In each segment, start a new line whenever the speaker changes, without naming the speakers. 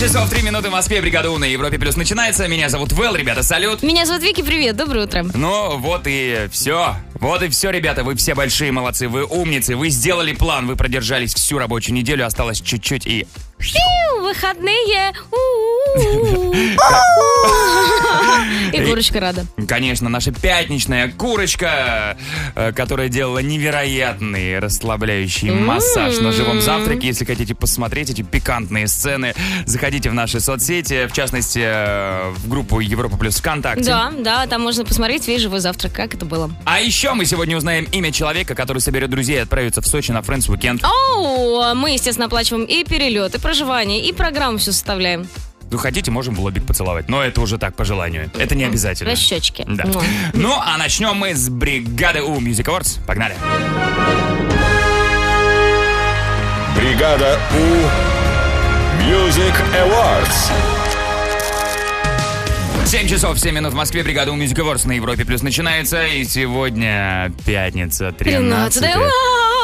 часов 3 минуты в Москве. Бригада У на Европе Плюс начинается. Меня зовут Вэл, ребята, салют.
Меня зовут Вики, привет, доброе утро.
Ну, вот и все. Вот и все, ребята. Вы все большие молодцы. Вы умницы. Вы сделали план. Вы продержались всю рабочую неделю. Осталось чуть-чуть и...
Фью, выходные. У-у-у. И курочка рада.
Конечно, наша пятничная курочка, э, которая делала невероятный расслабляющий массаж на живом завтраке. Если хотите посмотреть эти пикантные сцены, заходите в наши соцсети, в частности, э, в группу Европа Плюс ВКонтакте.
Да, да, там можно посмотреть весь живой завтрак, как это было.
А еще мы сегодня узнаем имя человека, который соберет друзей и отправится в Сочи на Френдс Уикенд.
Оу, мы, естественно, оплачиваем и перелет, и проживание, и программу всю составляем.
Ну, хотите, можем в лобик поцеловать, но это уже так, по желанию. Это не обязательно.
Расчетчики.
Да. Ну, а начнем мы с бригады У Music Awards. Погнали.
Бригада У Music Awards.
7 часов 7 минут в Москве. Бригада у Music Awards на Европе Плюс начинается. И сегодня пятница, 13
Тринадцатое.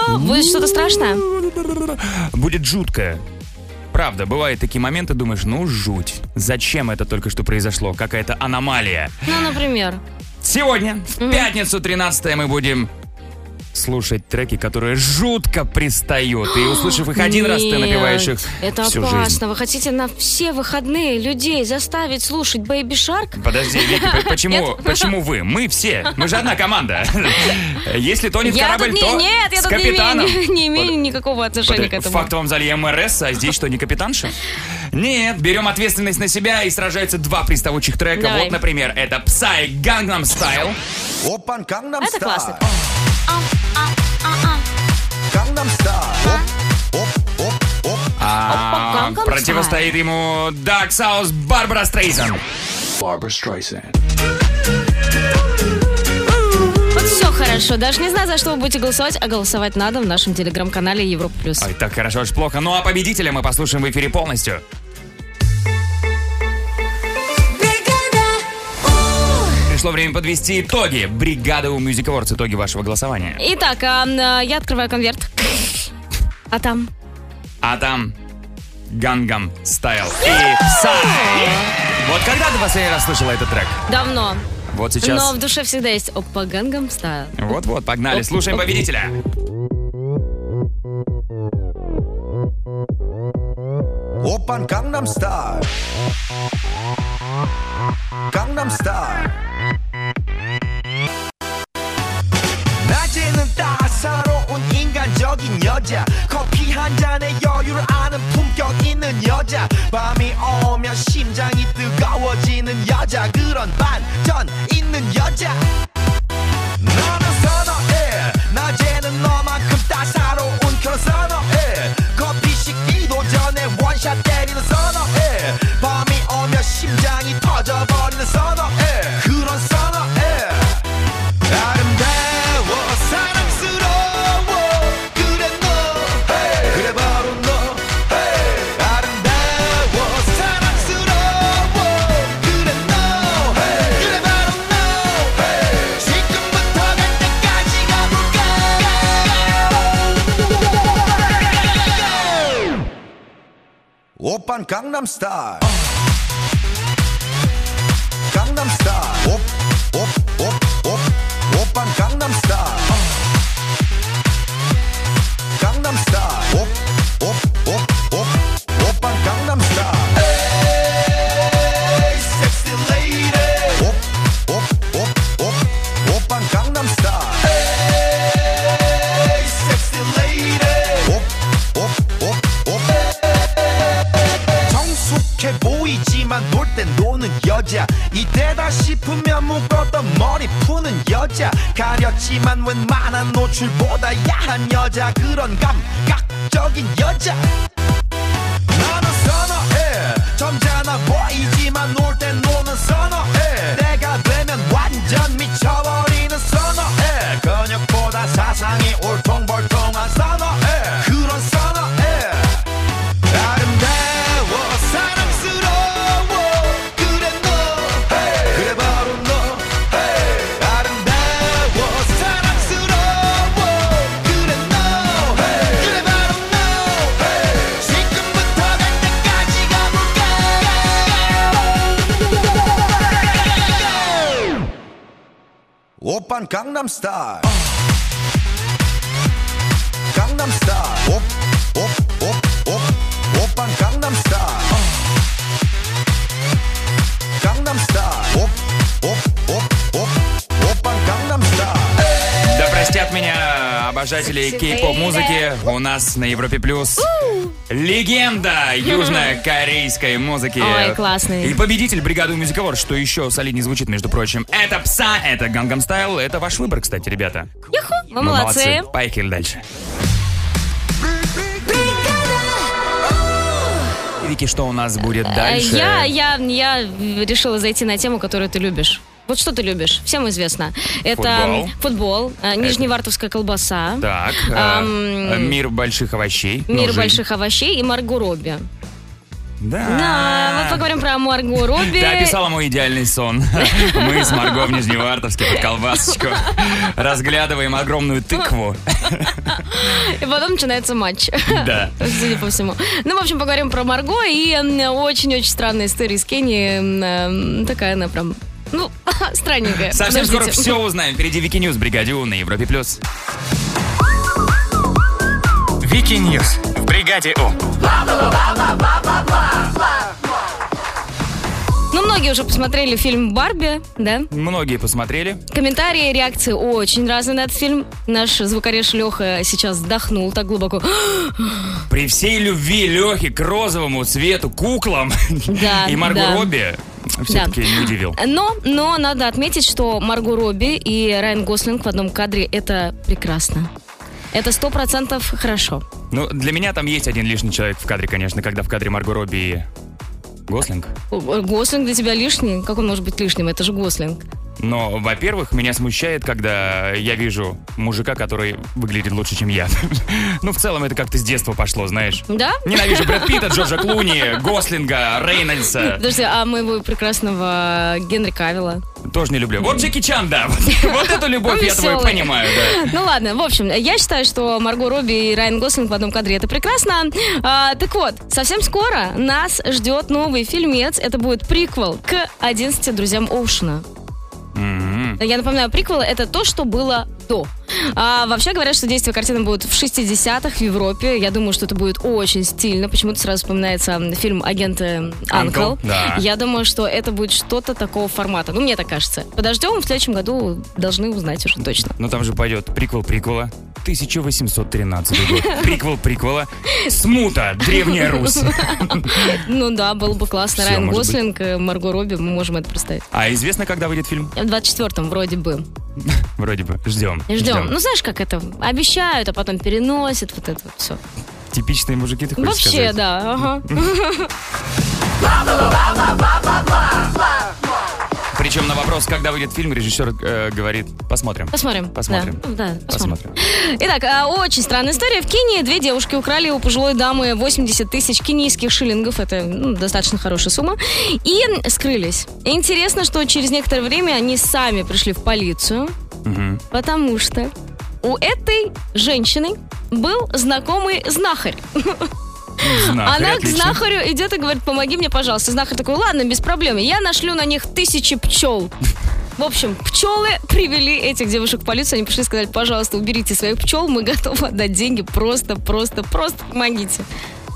Вау, Будет что-то страшное?
Будет жутко. Правда, бывают такие моменты, думаешь, ну жуть. Зачем это только что произошло? Какая-то аномалия.
Ну, например.
Сегодня, в пятницу 13 мы будем слушать треки, которые жутко пристают. И услышав их один раз, ты
Нет,
напеваешь их
Это
всю
опасно.
жизнь.
Вы хотите на все выходные людей заставить слушать Бэйби Шарк?
Подожди, Вики, по- почему, почему вы? Мы все, мы же одна команда. Если тонет
Я
корабль,
тут не,
то
нет, я
с
тут не имею,
капитаном.
ни- не имею
Вот.
никакого отношения к
Подожди,
этому.
В фактовом зале МРС, а здесь что, не капитанша? Нет, берем ответственность на себя и сражаются два приставучих трека.
Давай.
Вот, например, это Псай Gangnam Style.
Опан Gangnam
Это классно.
Style.
А,
Gangnam Style. Оп, оп, оп, оп.
А,
Gangnam Style.
Противостоит ему Dark Souls Барбара Стрейзен.
Вот все хорошо. Даже не знаю, за что вы будете голосовать, а голосовать надо в нашем телеграм-канале Европа Плюс.
Ой, так хорошо, аж плохо. Ну а победителя мы послушаем в эфире полностью. Пришло время подвести итоги. Бригада у Music Awards. Итоги вашего голосования.
Итак, а, м, а, я открываю конверт. А там?
А там Гангам Стайл и Псай. Вот когда ты последний раз слышала этот трек?
Давно.
Вот сейчас.
Но в душе всегда есть опа гангам стайл.
Вот-вот, погнали, слушаем победителя.
Опан Gangnam Style. Gangnam Style. 낮에는 따사로운 인간적인 여자 커피 한 잔에 여유를 아는 품격 있는 여자 밤이 오면 심장이 뜨거워지는 여자 그런 반전 있는 여자 너는 선어해 낮에는 너만큼 따사로운 그런 선어해 커피 식기도 전에 원샷 때리는 선어해 밤이 오면 심장이 터져버리는 선어해 그런 선어해 아름다워 사랑스러워 그래 너 그래 바로 너 아름다워 사랑스러워 그래 너 그래 바로 너 지금부터 갈 때까지 가볼까 오빤 강남스타일 강남스타일 옵옵옵옵 오빤 강남스타일 강남스타일 옵옵옵옵 오빤 강남스타일 에이 섹시 레이디 옵옵옵옵 오빤 강남스타일 에이 섹시 레이디 옵옵옵옵 정숙해 보이지만 놀 땐 노는 여자 이때다 싶으면 묶었던 머리 푸는 여자 가렸지만 웬만한 노출보다 야한 여자 그런 감각적인 여자 나는 선어해 점잖아 보이지만 놀 땐 노는 선어해 내가 되면 완전 미쳐버리는 선어해 근육보다 사상이 울퉁불퉁한 선어해 그런 선어해 아름다워 사랑스러워 그래 너 그래 바로 너 아름다워 사랑스러워 그래 너 그래 바로 너 지금부터 갈 때까지 가볼까 난 강남스타일 강남스타일 오오오오 오빤 강남스타일 강남스타일 오오오오 오빤 강남스타일
Да простят меня обожатели кей-поп музыки. У нас на Европе плюс легенда южнокорейской музыки.
Ой, классный.
И победитель бригады Music Awards, что еще солиднее звучит, между прочим. Это Пса, это Гангам Стайл, это ваш выбор, кстати, ребята. Ну,
Юху, вы молодцы.
Поехали дальше. Вики, что у нас будет
Э,
дальше?
Я, я, я решила зайти на тему, которую ты любишь. Вот что ты любишь? Всем известно. Это
Футбол.
футбол, э, нижневартовская колбаса,
Так, э,
Ам.
мир больших овощей.
мир
Ну, жизнь.
больших овощей и Марго Робби. Да,
Да.
мы поговорим про Марго Робби.
А. Ты описала мой идеальный сон. Мы с Марго в Нижневартовске под колбасочку разглядываем огромную тыкву.
И потом начинается матч.
Да.
Судя по всему. Ну, в общем, поговорим про Марго и м, очень-очень странная история из Кении. М, м, Такая она прям, ну, странненькая.
Совсем скоро
Подождите.
все узнаем. Впереди Вики Ньюс, Бригадю на Европе+. плюс.
Вики Ньюс в бригаде У.
Ну, многие уже посмотрели фильм «Барби», да?
Многие посмотрели.
Комментарии, реакции очень разные на этот фильм. Наш звукореж Леха сейчас вздохнул так глубоко.
При всей любви Лехи к розовому цвету, куклам
Да,
и Марго
да.
Робби все-таки не удивил.
Но, но надо отметить, что Марго Робби и Райан Гослинг в одном кадре – это прекрасно. Это сто процентов хорошо.
Ну, для меня там есть один лишний человек в кадре, конечно, когда в кадре Марго Робби и Гослинг.
О, э, Гослинг для тебя лишний? Как он может быть лишним? Это же Гослинг.
Но, во-первых, меня смущает, когда я вижу мужика, который выглядит лучше, чем я. Ну, в целом, это как-то с детства пошло, знаешь.
Да?
Ненавижу Брэд Питта, Джорджа Клуни, Гослинга, Рейнольдса.
Подожди, а моего прекрасного Генри Кавилла?
Тоже не люблю. Вот Джеки Чан, да. Вот- Вот эту любовь
Он
я твою
веселый.
понимаю, да.
Ну ладно, в общем, я считаю, что Марго Робби и Райан Гослинг в одном кадре это прекрасно. А, так вот, совсем скоро нас ждет новый фильмец. Это будет приквел к 11 друзьям Оушена.
Мгм.
Я напоминаю, приквел это то, что было до. А, вообще говорят, что действие картины будет в 60-х в Европе. Я думаю, что это будет очень стильно. Почему-то сразу вспоминается м, фильм «Агенты Анкл».
Анкл, да.
Я думаю, что это будет что-то такого формата. Ну, мне так кажется. Подождем, в следующем году должны узнать уже точно.
Ну, там же пойдет приквел приквела. 1813 год. Приквел приквела. Смута. Древняя Русь.
Ну да, было бы классно.
Всё,
Райан
может
Гослинг, э, Марго Робби, мы можем это представить.
А известно, когда выйдет фильм?
В 24-м вроде бы.
Вроде бы. Ждем.
Ждем. Ну знаешь, как это? Обещают, а потом переносят. Вот это вот все.
Типичные мужики, ты хочешь
Вообще,
сказать?
да. Ага.
Причем на вопрос, когда выйдет фильм, режиссер э, говорит, посмотрим.
Посмотрим.
Посмотрим.
Да, Ну, да, посмотрим.
Посмотрим.
Итак, а, очень странная история. В Кении две девушки украли у пожилой дамы 80 тысяч кенийских шиллингов. Это ну, достаточно хорошая сумма. И скрылись. Интересно, что через некоторое время они сами пришли в полицию.
Мгм.
Потому что у этой женщины был знакомый знахарь.
Знахарь,
Она
А, отлично.
к знахарю идет и говорит, помоги мне, пожалуйста. Знахарь такой, ладно, без проблем, я нашлю на них тысячи пчел. В общем, пчелы привели этих девушек в полицию. Они пришли и сказали, пожалуйста, уберите своих пчел, мы готовы отдать деньги. Просто, просто, просто помогите.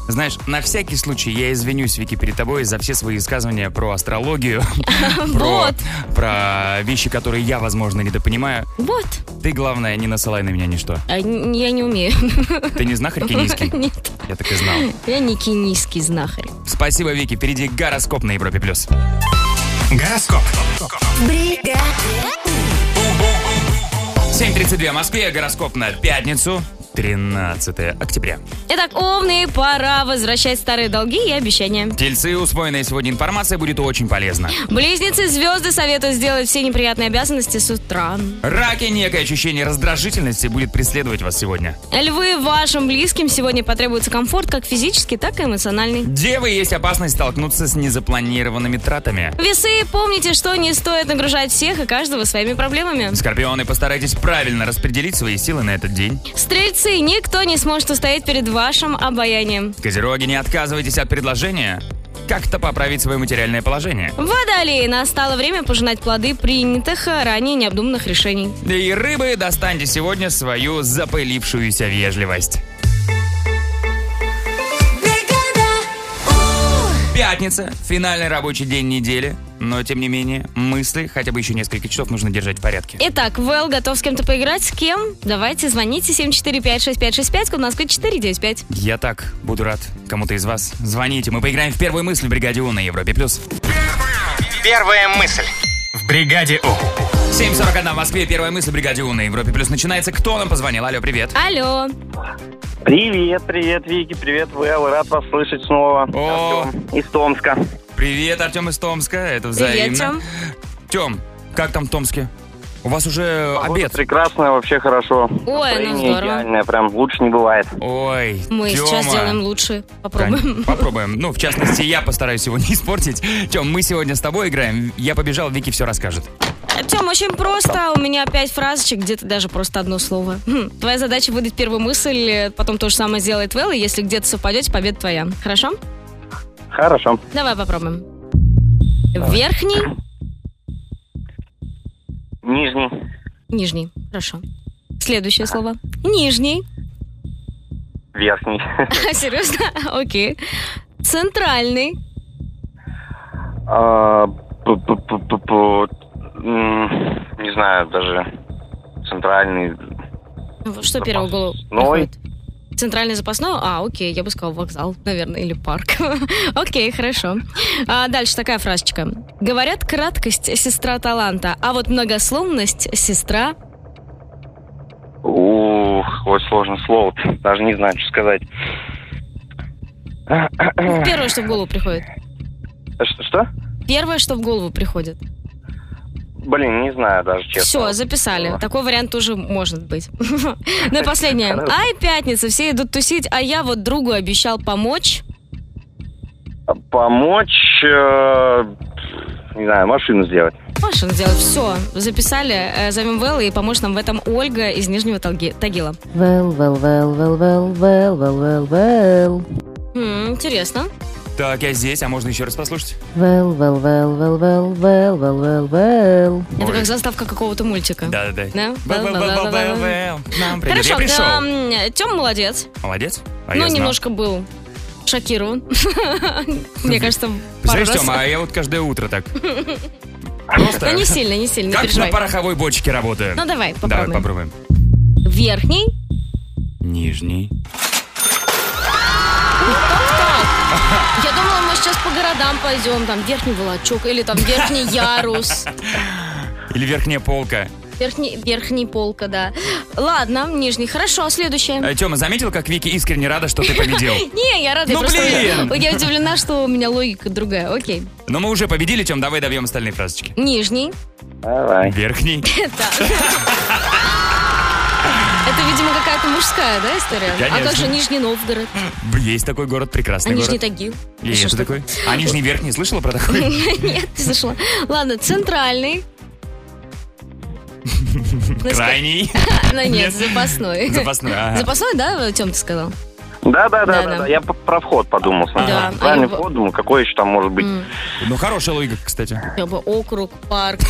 Знаешь, на всякий случай я извинюсь, Вики, перед тобой за все свои высказывания про астрологию, про,
Вот.
про вещи, которые я, возможно, недопонимаю.
Вот.
Ты, главное, не насылай на меня ничто.
А, н- я не умею.
Ты не знахарь кенийский?
Нет,
Я так и знал.
я не кенийский знахарь.
Спасибо, Вики. Впереди гороскоп на Европе+. плюс.
Гороскоп.
7.32 в Москве. Гороскоп на пятницу. 13 октября.
Итак, овны, пора возвращать старые долги и обещания.
Тельцы, усвоенная сегодня информация будет очень полезна.
Близнецы звезды советуют сделать все неприятные обязанности с утра.
Раки, некое ощущение раздражительности будет преследовать вас сегодня.
Львы вашим близким сегодня потребуется комфорт как физический, так и эмоциональный.
Девы, есть опасность столкнуться с незапланированными тратами.
Весы, помните, что не стоит нагружать всех и каждого своими проблемами.
Скорпионы, постарайтесь правильно распределить свои силы на этот день.
Стрельцы, никто не сможет устоять перед вашим обаянием.
Козероги, не отказывайтесь от предложения. как-то поправить свое материальное положение.
Водолеи, настало время пожинать плоды принятых ранее необдуманных решений.
И рыбы, достаньте сегодня свою запылившуюся вежливость. Пятница, финальный рабочий день недели, но тем не менее мысли хотя бы еще несколько часов нужно держать в порядке.
Итак, Вэл готов с кем-то поиграть? С кем? Давайте звоните 745-6565, код Москвы 495.
Я так буду рад кому-то из вас. Звоните, мы поиграем в первую мысль в бригаде У на Европе плюс.
Первая мысль в бригаде У.
7.41 в Москве, первая мысль бригаде У на Европе плюс начинается. Кто нам позвонил? Алло, привет.
Алло.
Привет, привет, Вики, привет, Вэл, рад вас слышать снова.
О.
Артём из Томска.
Привет, Артем из Томска, это
Привет,
взаимно. Тем, как там в Томске? У вас уже
Погода
обед.
прекрасная, вообще хорошо.
Ой, ну
Настроение
здорово.
идеальное, прям лучше не бывает.
Ой,
Мы
Тёма.
сейчас делаем лучше. Попробуем.
Кань, Попробуем. Ну, в частности, я постараюсь его не испортить. Тем, мы сегодня с тобой играем. Я побежал, Вики все расскажет.
Тем, очень просто. У меня пять фразочек, где-то даже просто одно слово. Хм, Твоя задача выдать первую мысль, э, потом то же самое сделает Вэл, и если где-то совпадете, победа твоя. Хорошо?
Хорошо.
Давай попробуем. Верхний,
Нижний.
нижний. Хорошо. Следующее слово. Нижний.
Верхний.
Серьезно? Окей. Центральный.
А, пу-пу-пу-пу-пу. М, Не знаю, даже центральный.
Ну, Что первого в голову?
Ной.
приходит? Центральный запасной? А, окей, я бы сказал вокзал, наверное, или парк. окей, хорошо. А дальше такая фразочка. Говорят, краткость – сестра таланта, а вот многословность – сестра...
Ух, очень сложно слово. Даже не знаю, что сказать.
Ну, Первое, что в голову приходит.
Э, Ш- Что?
Первое, что в голову приходит.
Блин, не знаю даже, честно.
Все, записали. Такой вариант тоже может быть. Ну и последнее.
Хорошо.
Ай, пятница, все идут тусить, а я вот другу обещал помочь.
Э, Помочь, э, не знаю, машину сделать.
Машин сделать. Все, записали. Э, Зовем Вэлла и поможет нам в этом Ольга из Нижнего Талги- Тагила.
Well, well, well, well, well, well, well, well, well.
М, Интересно.
Так, я здесь, а можно еще раз послушать?
Well, well, well, well, well, well, well, well, well.
Это
Ой.
как заставка какого-то мультика.
Да-да-да.
Да?
Бэл-бэл-бэл-бэл-бэл. Нам привет. Я
Хорошо,
пришел.
Тем молодец.
Молодец. А я
Ну,
знал.
немножко был шокирован. Мне кажется, пару
Представляешь,
раз.
Тёма, а я вот каждое утро так. Просто
Ну, не сильно, не сильно, не
как на
переживай.
пороховой бочке работаю.
Ну, давай,
Давай
попробуем.
попробуем.
Верхний.
Нижний.
Я думала, мы сейчас по городам пойдем, там верхний волочок или там верхний ярус,
Или верхняя полка.
верхний, верхний полка, да. Ладно, нижний, хорошо, а следующее.
Тема, Э, заметил, как Вики искренне рада, что ты победил?
Не, я рада, я
Ну,
просто-
блин!
я удивлена, что у меня логика другая. Окей,
Но мы уже победили, Тем, давай добьем остальные фразочки.
нижний.
Давай.
Верхний.
Да. Это, видимо, какая-то мужская, да, история? А
Конечно.
как же Нижний Новгород?
Есть такой город,
А
прекрасный город.
Нижний Тагил?
Есть
Что ж
такой. А Нижний Верхний, слышала про такой?
Нет, не слышала. Ладно, Центральный. Ну,
Крайний.
ска- Ну нет,
Нет.
запасной.
Запасной, ага.
Запасной, да, Тем, ты сказал?
Да, да, да,
Да-да.
да, да. Я п- про вход подумал. сначала.
Да, а
Правильный
его-
вход думал, какой еще там может быть.
Ну, хорошая логика, кстати.
Я бы округ, парк,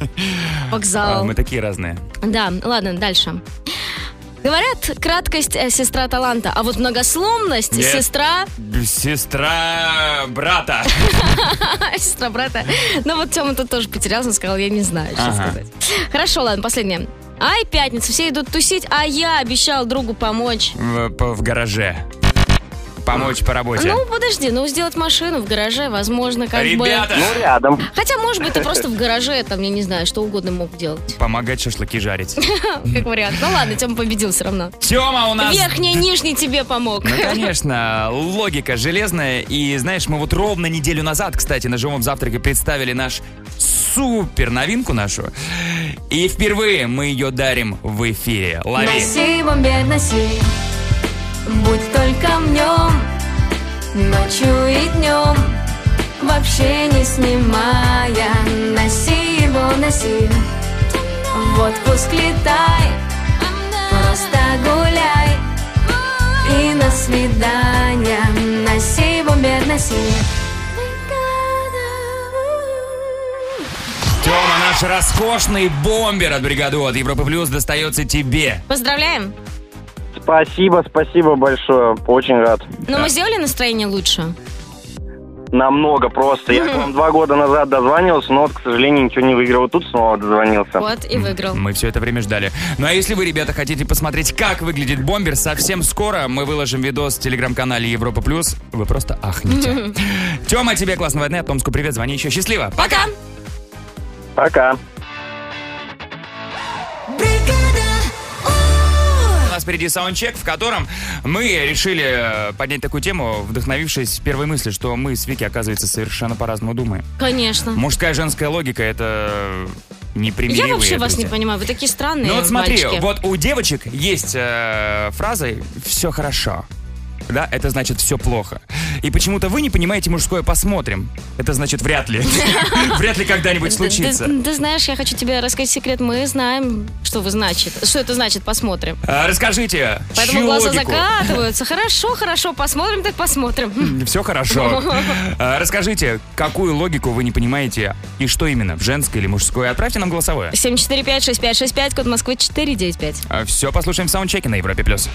А,
вокзал.
Мы такие разные.
Да, ладно, дальше. Говорят, краткость э, сестра таланта, а вот многословность
Нет.
сестра...
Сестра брата.
Сестра брата. Ну вот Тёма тут тоже потерялся, он сказал, я не знаю, что
Ага.
сказать. Хорошо, ладно, последнее. Ай, пятница, все идут тусить, а я обещал другу помочь.
В по- в гараже. Помочь по работе.
Ну, подожди, ну сделать машину в гараже, возможно, как бы...
Ребята,
Ну, рядом.
Хотя, может быть, ты просто в гараже, там, я не знаю, что угодно мог делать.
помогать шашлыки жарить.
Как вариант. Ну ладно, Тёма победил все равно.
Тема у нас
Верхний, нижний тебе помог.
Ну, конечно, логика железная. И знаешь, мы вот ровно неделю назад, кстати, на живом завтраке представили наш супер новинку нашу. И впервые мы ее дарим в эфире. Лови.
Носи, бомбе, носи, будь только мнем, ночью и днем, вообще не снимая. Носи его, носи, в отпуск летай, просто гуляй и на свидание. Носи, бомбе, носи,
Наш роскошный бомбер от бригады от Европы Плюс достается тебе.
Поздравляем.
Спасибо, спасибо большое. Очень рад.
Но мы сделали настроение лучше.
Намного просто. Я к вам два года назад дозванивался, но вот, к сожалению, ничего не выиграл. Тут снова дозвонился.
Вот и выиграл.
Мы все это время ждали. Ну а если вы, ребята, хотите посмотреть, как выглядит бомбер, совсем скоро мы выложим видос в телеграм-канале Европа Плюс. Вы просто ахнете. Тема, тебе классного дня. Томску привет, звони еще. Счастливо.
Пока.
Пока.
У нас впереди саундчек, в котором мы решили э, поднять такую тему, вдохновившись первой мыслью, что мы с Вики, оказывается, совершенно по-разному думаем.
Конечно.
Мужская и женская логика — это непримиримые.
Я вообще вас не
друзья.
понимаю, вы такие странные
Ну вот смотри,
мальчики.
вот у девочек есть э, фраза «все хорошо». Да, это значит все плохо. И почему-то вы не понимаете мужское «посмотрим». Это значит вряд ли. Вряд ли когда-нибудь
Д-
случится.
Ты, ты знаешь, я хочу тебе рассказать секрет. Мы знаем, что вы значит. Что это значит, посмотрим.
А, Расскажите,
Поэтому
чью
глаза
логику?
закатываются. Хорошо, хорошо, посмотрим, так посмотрим.
Все хорошо. А, Расскажите, какую логику вы не понимаете и что именно, в женской или мужской? Отправьте нам голосовое.
745-6565, код Москвы 495.
Все послушаем в саундчеке на Европе+. плюс.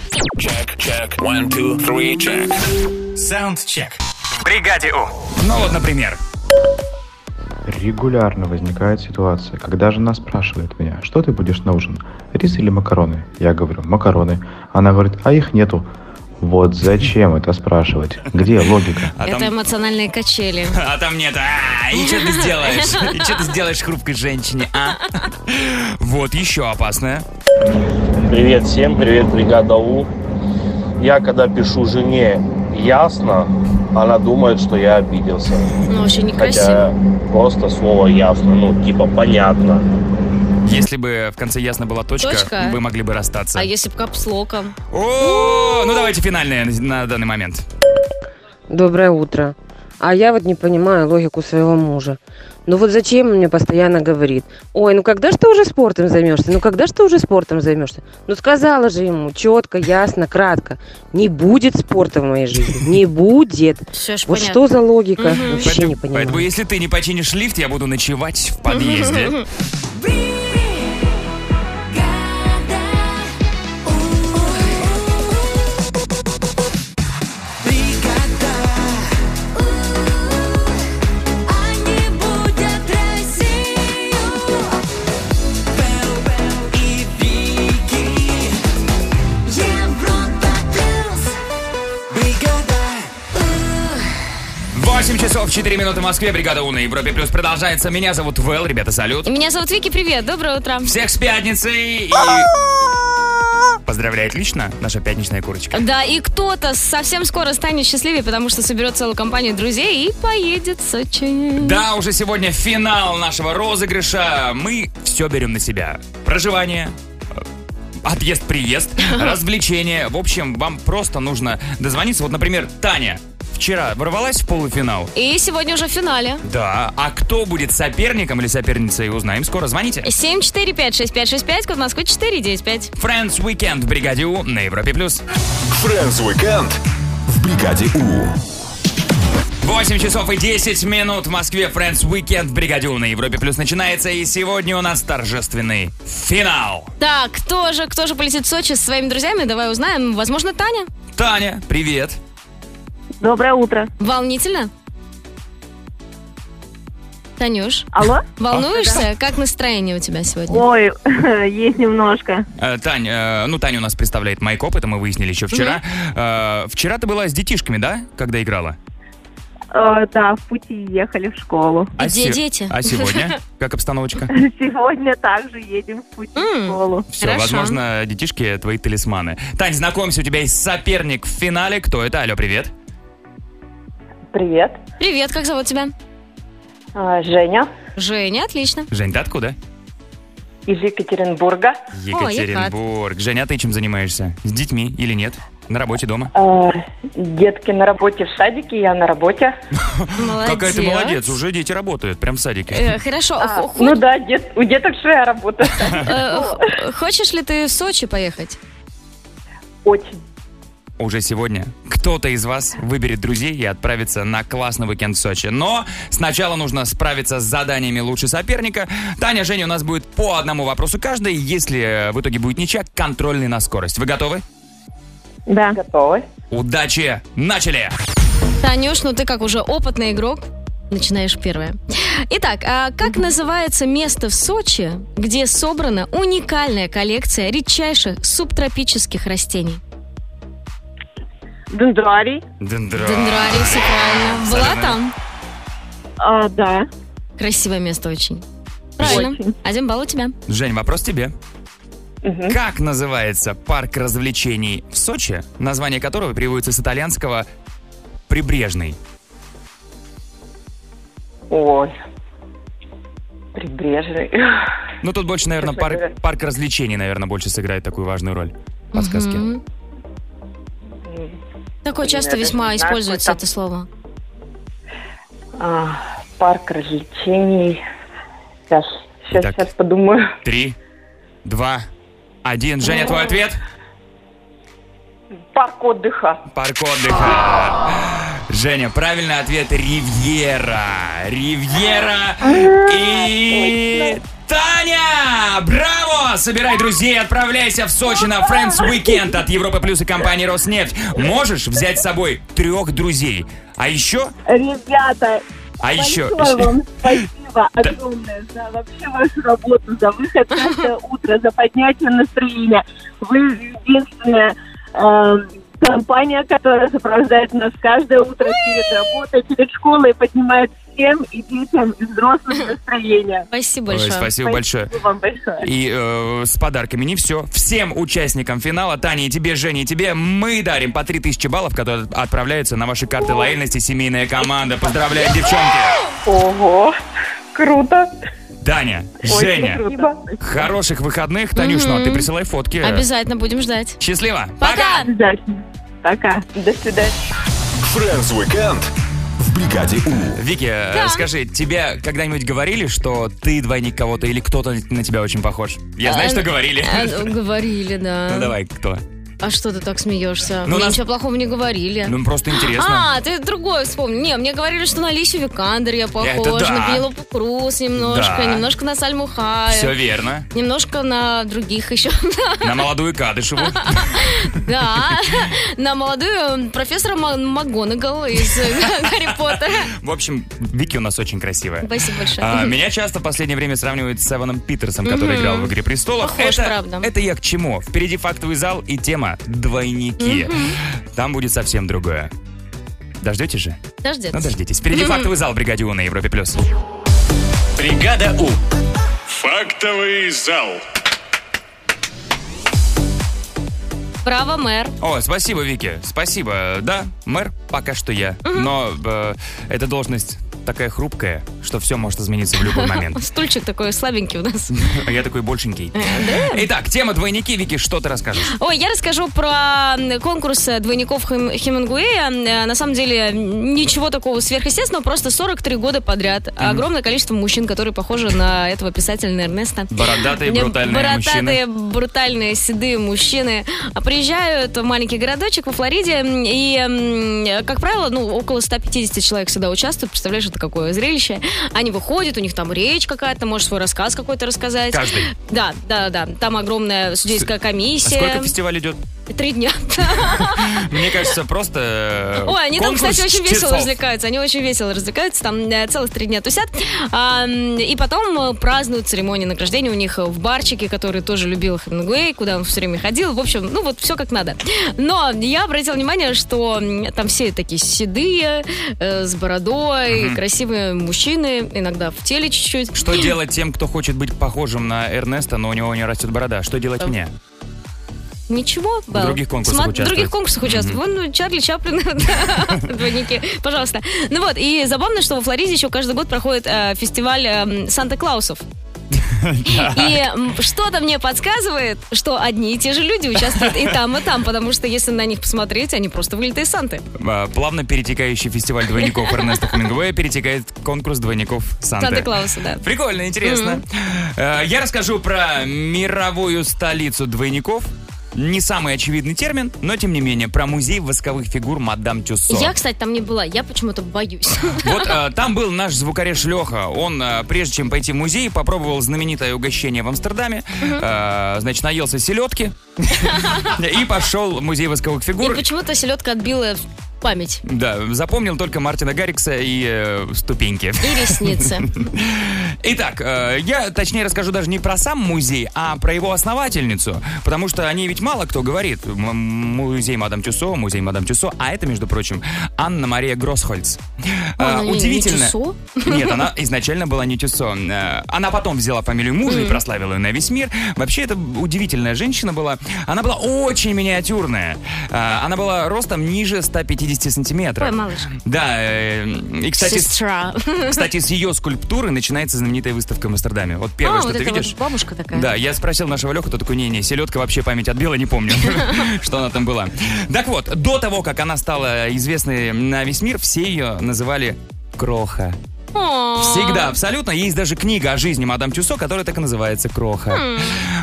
Саундчек. В бригаде У.
Ну вот, например.
Регулярно возникает ситуация, когда жена спрашивает меня, что ты будешь на ужин, рис или макароны? Я говорю, макароны. Она говорит, а их нету. Вот зачем это спрашивать? Где логика?
А
это
там-
эмоциональные качели.
А там нет. А, и что ты сделаешь? И что ты сделаешь хрупкой женщине, а? Вот еще опасное.
Привет всем, привет, бригада У. Я когда пишу жене ясно, она думает, что я обиделся.
Ну, очень некрасиво.
Хотя просто слово ясно, ну типа понятно.
Если бы в конце ясно была точка,
Точка.
вы могли бы расстаться.
А если бы капслоком?
О, ну давайте финальное на- на данный момент.
Доброе утро. А я вот не понимаю логику своего мужа. Ну вот зачем он мне постоянно говорит? Ой, ну когда же ты уже спортом займешься? Ну когда же ты уже спортом займешься? Ну сказала же ему четко, ясно, кратко. Не будет спорта в моей жизни. Не будет.
Все ж
Вот
понятно.
что за логика?
Мгм.
Вообще не понимаю.
Поэтому если ты не починишь лифт, я буду ночевать в подъезде. Восемь часов 4 минуты в Москве. Бригада У на Европе Плюс продолжается. Меня зовут Вэл, ребята, салют.
И Меня зовут Вики, привет, доброе утро.
Всех с пятницей и... Поздравляет лично наша пятничная курочка.
Да, и кто-то совсем скоро станет счастливее, потому что соберет целую компанию друзей и поедет в Сочи.
Да, уже сегодня финал нашего розыгрыша. Мы все берем на себя. Проживание, э, отъезд-приезд, развлечения. В общем, вам просто нужно дозвониться. Вот, например, Таня вчера ворвалась в полуфинал.
И сегодня уже в финале.
Да, а кто будет соперником или соперницей, узнаем скоро. Звоните.
745-6565, код Москвы 495.
Friends Weekend в Бригаде У на Европе+. плюс.
Friends Weekend в бригаде У.
8 часов и 10 минут в Москве. Friends Weekend в Бригаде У на Европе+. плюс начинается. И сегодня у нас торжественный финал.
Так, кто же, кто же полетит в Сочи со своими друзьями? Давай узнаем. Возможно, Таня?
Таня, привет.
Доброе утро.
Волнительно? Танюш,
Алло?
волнуешься? Как настроение у тебя сегодня?
Ой, есть немножко.
Э, Тань, э, ну Таня у нас представляет майкоп, это мы выяснили еще вчера. Э, Вчера ты была с детишками, да, когда играла?
Э, Да, в пути ехали в школу.
А
Где
се-
дети?
А сегодня? Как обстановочка?
Сегодня также едем в пути в школу.
Все,
Хорошо.
возможно, детишки твои талисманы. Тань, знакомься, у тебя есть соперник в финале. Кто это? Алло, привет.
Привет,
Привет, как зовут тебя?
э,
А, Женя
Женя, отлично.
Жень, ты откуда?
из Екатеринбурга.
Екатеринбург. Женя, а ты чем занимаешься? С детьми или нет? На работе дома?
А, детки на работе в садике, я на работе.
Молодец.
Какая ты молодец, уже дети работают, прям в садике.
Э, хорошо,
А,
хо-
ну да, дет- у деток своя работа.
э, х- хочешь ли ты в Сочи поехать?
Очень.
уже сегодня кто-то из вас выберет друзей и отправится на классный уикенд в Сочи. Но сначала нужно справиться с заданиями лучше соперника. Таня, Женя, у нас будет по одному вопросу каждый. Если э, в итоге будет ничья, контрольный на скорость. Вы готовы?
Да.
Готовы.
Удачи! Начали!
Танюш, ну ты как уже опытный игрок, начинаешь первое. Итак, а как называется место в Сочи, где собрана уникальная коллекция редчайших субтропических растений?
Дендрарий.
Дендрарий, все правильно. Была
Абсолютно.
там?
А, да.
Красивое место очень. Правильно. Один балл у тебя.
Жень, вопрос тебе. Как называется парк развлечений в Сочи, название которого переводится с итальянского «прибрежный»?
Ой. Прибрежный.
Ну, тут больше, наверное,
Честно
парк,
говоря.
парк развлечений, наверное, больше сыграет такую важную роль. Подсказки.
Мгм. Такое
Я
часто
даже
весьма
не знаю,
используется
какой там-
это слово.
А, парк развлечений. Сейчас, сейчас, сейчас подумаю.
Три, два, один. Женя, твой ответ?
Парк отдыха.
Парк отдыха. Женя, правильный ответ Ривьера. Ривьера и Таня! Браво! Собирай друзей, отправляйся в Сочи на Friends Weekend от Европы Плюс и компании Роснефть. Можешь взять с собой трех друзей. А еще...
Ребята,
А еще...
большое вам спасибо огромное за вообще вашу работу, за выход каждое утро, за поднятие настроения. Вы единственная э, компания, которая сопровождает нас каждое утро перед работой, перед школой, и поднимает всем и детям, и взрослым настроение.
Спасибо
Ой, Хм. спасибо большое.
вам большое.
И э, с подарками не все. Всем участникам финала, Тане, и тебе, Жене, и тебе, мы дарим по 3000 баллов, которые отправляются на ваши карты лояльности «Семейная команда». Поздравляем, девчонки!
Ого. Круто.
Таня, Женя,
Спасибо.
хороших выходных. Танюш, ну а ты присылай фотки.
Обязательно будем ждать.
Счастливо!
Пока!
Пока.
До свидания.
Friends Weekend в бригаде У.
Вики, э,
Да.
скажи, тебе когда-нибудь говорили, что ты двойник кого-то или кто-то на тебя очень похож? Я знаю,
А,
что говорили.
а, Говорили, да.
Ну давай, кто?
А что ты так смеешься?
Ну,
мне
нас-
ничего плохого не говорили.
Ну просто интересно.
А, ты другое вспомнил. Не, мне говорили, что на Алисию Викандер я
Это
похожа,
да.
на Пенелопу Круз немножко,
Да.
немножко на Сальму Хайек,
Все верно.
немножко на других еще.
На молодую Кадышеву.
Да, на молодую профессора Ма- МакГонагал из Гарри Поттера.
В общем, Вики у нас очень красивая.
Спасибо большое.
А, меня часто в последнее время сравнивают с Эваном Питерсом, который
Мгм.
играл в «Игре престолов».
Похож,
это,
правда.
это я к чему? Впереди фактовый зал и тема «Двойники». Там будет совсем другое. Дождетесь же?
Подожди.
Ну, дождитесь. Впереди
Мгм.
фактовый зал «Бригаде У» на Европе+. плюс. «Бригада У».
Фактовый зал.
Браво, мэр.
О, спасибо, Вики. Спасибо. Да, мэр, пока что я. Но э, эта должность такая хрупкая, что все может измениться в любой момент.
Стульчик такой слабенький у нас.
А я такой большенький. Итак, тема «Двойники». Вики, что ты расскажешь?
Ой, я расскажу про м, конкурс э, двойников Хем- Хемингуэя. Э, На самом деле м, ничего такого сверхъестественного, просто 43 года подряд. Огромное количество мужчин, которые похожи на этого писателя Эрнеста.
Бородатые,
Мне
брутальные
бородатые,
мужчины.
брутальные, седые мужчины а, приезжают в маленький городочек во Флориде, м, и, м, э, как правило, ну, около 150 человек всегда участвуют. Представляешь, это какое зрелище. Они выходят, у них там речь какая-то, может, свой рассказ какой-то рассказать.
Каждый.
Да, да, да. Там огромная судейская
А
комиссия.
сколько фестиваль идет?
Три дня.
Мне кажется, просто... э,
Ой, они там,
конкурс
кстати, очень весело
чтецов.
развлекаются. Они очень весело развлекаются. Там э, целых три дня тусят. А, м, и потом э, празднуют церемонию награждения у них э, в барчике, который тоже любил Хемингуэй, куда он все время ходил. В общем, ну вот все как надо. Но я обратила внимание, что м, там все такие седые, э, с бородой,
Мгм.
красивые мужчины, иногда в теле чуть-чуть.
Что делать тем, кто хочет быть похожим на Эрнеста, но у него не растет борода? Что
Э.
делать мне?
Ничего, Белл.
других конкурсах
Сма-
участвует.
других конкурсах участвует. Вон ну, Чарли Чаплин, да, двойники. Пожалуйста. Ну вот, и забавно, что во Флориде еще каждый год проходит э, фестиваль эм, Санта-Клаусов. И м, что-то мне подсказывает, что одни и те же люди участвуют и там, и там, потому что если на них посмотреть, они просто выглядят из Санты.
А, Плавно перетекающий фестиваль двойников Эрнеста Хемингуэя перетекает в конкурс двойников Санты.
Санта-Клауса, да.
Прикольно, интересно. Э, Я расскажу про мировую столицу двойников. Не самый очевидный термин, но тем не менее, про музей восковых фигур мадам Тюссо.
Я, кстати, там не была. Я почему-то боюсь.
Вот э, там был наш звукореж Леха. Он, э, прежде чем пойти в музей, попробовал знаменитое угощение в Амстердаме. Э, значит, наелся селедки и пошел в музей восковых
И
фигур.
почему-то селедка отбила память
Да, запомнил только Мартина Гаррикса и э, ступеньки.
и ресницы.
Итак, э, я точнее расскажу даже не про сам музей, а про его основательницу. Потому что о ней ведь мало кто говорит. М- м- Музей Мадам Тюсо, музей Мадам Тюсо. А это, между прочим, Анна-Мария Гросхольц.
А,
Э,
она не- не Тюссо?
Нет, она изначально была не Тюсо. Э, Она потом взяла фамилию мужа и прославила ее на весь мир. Вообще, это удивительная женщина была. Она была очень миниатюрная. Э, Она была ростом ниже 150 сантиметров.
Ой, малышка.
Да, э, и, кстати, с-
Сестра.
кстати, с ее скульптуры начинается знаменитая выставка в Амстердаме. Вот первое,
А,
что
вот
ты
эта
видишь.
вот бабушка такая.
Да, я спросил нашего Леху, кто такой, не-не, селедка вообще память отбила, не помню, что она там была. Так вот, до того, как она стала известной на весь мир, все ее называли Кроха. Всегда, абсолютно. Есть даже книга о жизни мадам Тюсо, которая так и называется «Кроха».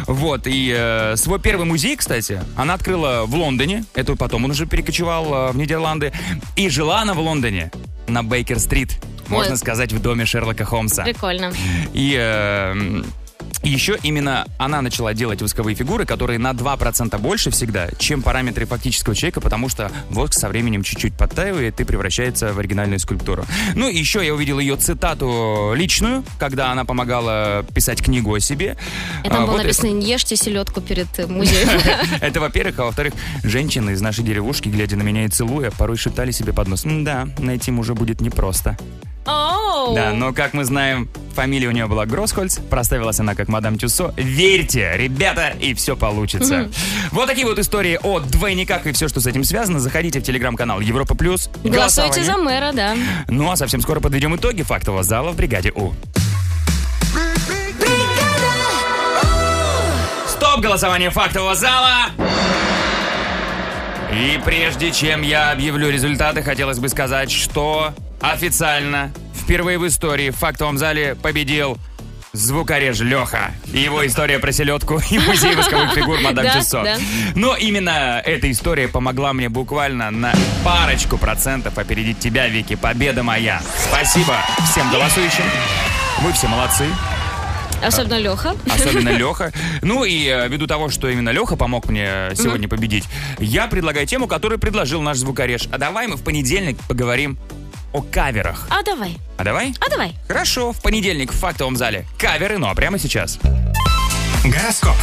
Вот, и э, свой первый музей, кстати, она открыла в Лондоне. Это потом он уже перекочевал э, в Нидерланды. И жила она в Лондоне, на Бейкер-стрит. Можно
Ой.
сказать, в доме Шерлока Холмса.
Прикольно.
И э, м, еще именно она начала делать восковые фигуры, которые на 2% больше всегда, чем параметры фактического человека, потому что воск со временем чуть-чуть подтаивает и превращается в оригинальную скульптуру. Ну, и еще я увидел ее цитату личную, когда она помогала писать книгу о себе.
И там
А,
было
вот
написано, не ешьте селедку перед э, музеем.
это во-первых, а во-вторых, женщины из нашей деревушки, глядя на меня и целуя, порой шептали себе под нос. Да, найти мужа будет непросто.
Оу.
Да, но, как мы знаем, фамилия у нее была Гросхольц, проставилась она как мадам Тюсо. Верьте, ребята, и все получится.
Мгм.
Вот такие вот истории о двойниках и все, что с этим связано. Заходите в телеграм-канал Европа Плюс.
Голосуйте за
Голосование.
мэра, да.
Ну а совсем скоро подведем итоги фактового зала в бригаде У. Стоп голосование фактового зала! И прежде чем я объявлю результаты, хотелось бы сказать, что официально впервые в истории в фактовом зале победил звукореж Леха. И его история про селедку и музей восковых фигур Мадам
Да,
Тюссо.
да.
Но именно эта история помогла мне буквально на парочку процентов опередить тебя, Вики. Победа моя. Спасибо всем голосующим. Вы все молодцы.
Особенно Леха.
А, Особенно Леха. Ну и э, ввиду того, что именно Леха помог мне сегодня победить, я предлагаю тему, которую предложил наш звукореж. А давай мы в понедельник поговорим о каверах.
А давай,
А давай?
а давай.
Хорошо, в понедельник в фактовом зале. Каверы, ну а прямо сейчас. Гороскоп.